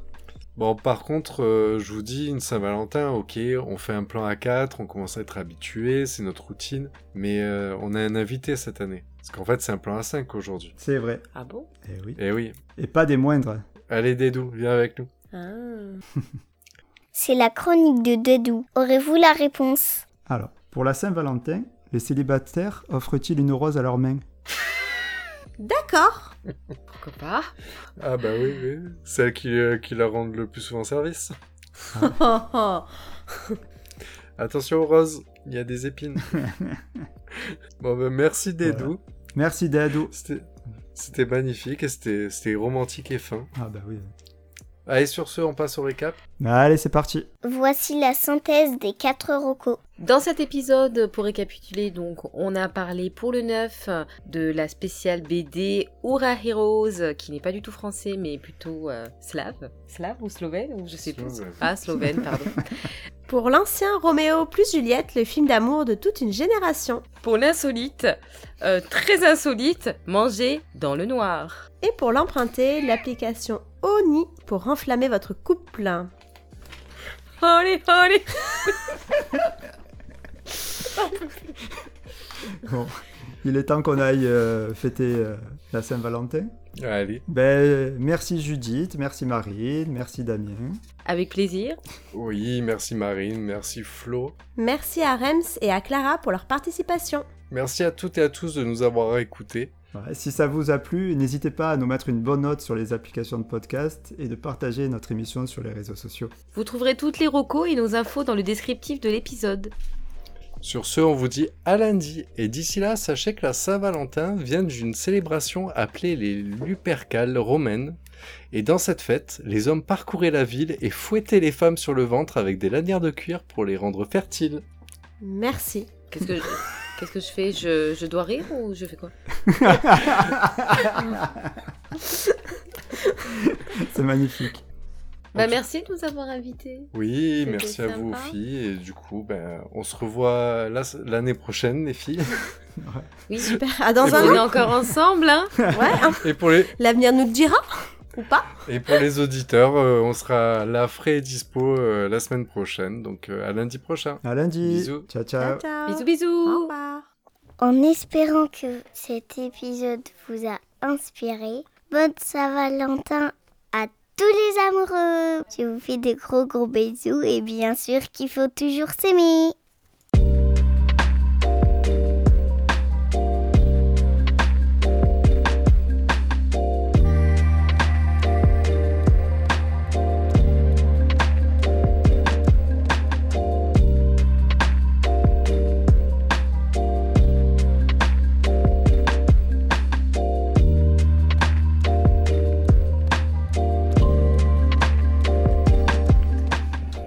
[SPEAKER 5] Bon, par contre, euh, je vous dis, une Saint-Valentin, ok, on fait un plan à 4, on commence à être habitué, c'est notre routine, mais euh, on a un invité cette année. Parce qu'en fait, c'est un plan à 5 aujourd'hui.
[SPEAKER 6] C'est vrai.
[SPEAKER 4] Ah bon
[SPEAKER 6] Et oui.
[SPEAKER 5] Eh oui.
[SPEAKER 6] Et pas des moindres.
[SPEAKER 5] Allez, Dédou, viens avec nous.
[SPEAKER 3] Ah.
[SPEAKER 2] C'est la chronique de Dedou. Aurez-vous la réponse
[SPEAKER 6] Alors, pour la Saint-Valentin, les célibataires offrent-ils une rose à leurs mains
[SPEAKER 3] D'accord.
[SPEAKER 4] Pourquoi pas
[SPEAKER 5] Ah bah oui, oui. Celle qui, euh, qui la rendent le plus souvent service.
[SPEAKER 3] Oh, oh.
[SPEAKER 5] Attention, Rose, il y a des épines. bon, bah, merci, Dédou.
[SPEAKER 6] Merci Dado.
[SPEAKER 5] C'était- C'était magnifique et c'était c'était romantique et fin.
[SPEAKER 6] Ah bah oui. Bah,
[SPEAKER 5] Allez, sur ce, on passe au récap.
[SPEAKER 6] Allez, c'est parti.
[SPEAKER 2] Voici la synthèse des quatre rocos.
[SPEAKER 4] Dans cet épisode, pour récapituler, donc, on a parlé pour le 9 de la spéciale BD Ura Heroes, qui n'est pas du tout français, mais plutôt euh, slave. Slave ou slovène ou Je sais plus.
[SPEAKER 5] Slave.
[SPEAKER 4] Ah, slovène, pardon.
[SPEAKER 3] Pour l'ancien Roméo plus Juliette, le film d'amour de toute une génération.
[SPEAKER 4] pour l'insolite, euh, très insolite, manger dans le noir.
[SPEAKER 3] Et pour l'emprunter, l'application Oni pour enflammer votre couple.
[SPEAKER 4] Allez, allez
[SPEAKER 6] Bon, il est temps qu'on aille euh, fêter euh, la Saint-Valentin.
[SPEAKER 5] Allez,
[SPEAKER 6] Ben, merci Judith, merci Marine, merci Damien.
[SPEAKER 4] Avec plaisir.
[SPEAKER 5] oui, merci Marine, merci Flo.
[SPEAKER 3] Merci à Rems et à Clara pour leur participation.
[SPEAKER 5] Merci à toutes et à tous de nous avoir écoutés.
[SPEAKER 6] Ouais, si ça vous a plu, n'hésitez pas à nous mettre une bonne note sur les applications de podcast et de partager notre émission sur les réseaux sociaux.
[SPEAKER 4] Vous trouverez toutes les recos et nos infos dans le descriptif de l'épisode.
[SPEAKER 5] Sur ce, on vous dit à lundi. Et d'ici là, sachez que la Saint-Valentin vient d'une célébration appelée les Lupercales romaines. Et dans cette fête, les hommes parcouraient la ville et fouettaient les femmes sur le ventre avec des lanières de cuir pour les rendre fertiles.
[SPEAKER 3] Merci.
[SPEAKER 4] Qu'est-ce que je... Qu'est-ce que je fais je, je dois rire ou je fais quoi
[SPEAKER 6] C'est magnifique.
[SPEAKER 4] Bah merci de nous avoir invités.
[SPEAKER 5] Oui,
[SPEAKER 4] C'était
[SPEAKER 5] merci à vous,
[SPEAKER 4] sympa.
[SPEAKER 5] filles. Et du coup, ben, on se revoit la- l'année prochaine, les filles.
[SPEAKER 4] Oui,
[SPEAKER 3] Super. À dans
[SPEAKER 4] on
[SPEAKER 3] un
[SPEAKER 4] est
[SPEAKER 3] an.
[SPEAKER 4] encore ensemble, hein
[SPEAKER 3] Ouais, hein.
[SPEAKER 5] Et pour les,
[SPEAKER 3] l'avenir nous le dira. Ou pas
[SPEAKER 5] et pour les auditeurs, euh, on sera là frais et dispo euh, la semaine prochaine. Donc, euh, à lundi prochain.
[SPEAKER 6] À lundi.
[SPEAKER 5] Bisous.
[SPEAKER 6] Ciao,
[SPEAKER 3] Ciao,
[SPEAKER 6] ciao.
[SPEAKER 3] ciao.
[SPEAKER 4] Bisous,
[SPEAKER 3] Au
[SPEAKER 4] bisous
[SPEAKER 3] revoir.
[SPEAKER 2] En espérant que cet épisode vous a inspiré, bonne Saint-Valentin à tous les amoureux Je vous fais de gros gros bisous et bien sûr qu'il faut toujours s'aimer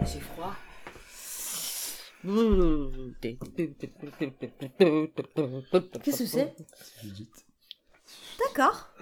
[SPEAKER 4] J'ai froid. Qu'est-ce
[SPEAKER 3] Qu'est-ce que c'est D'accord.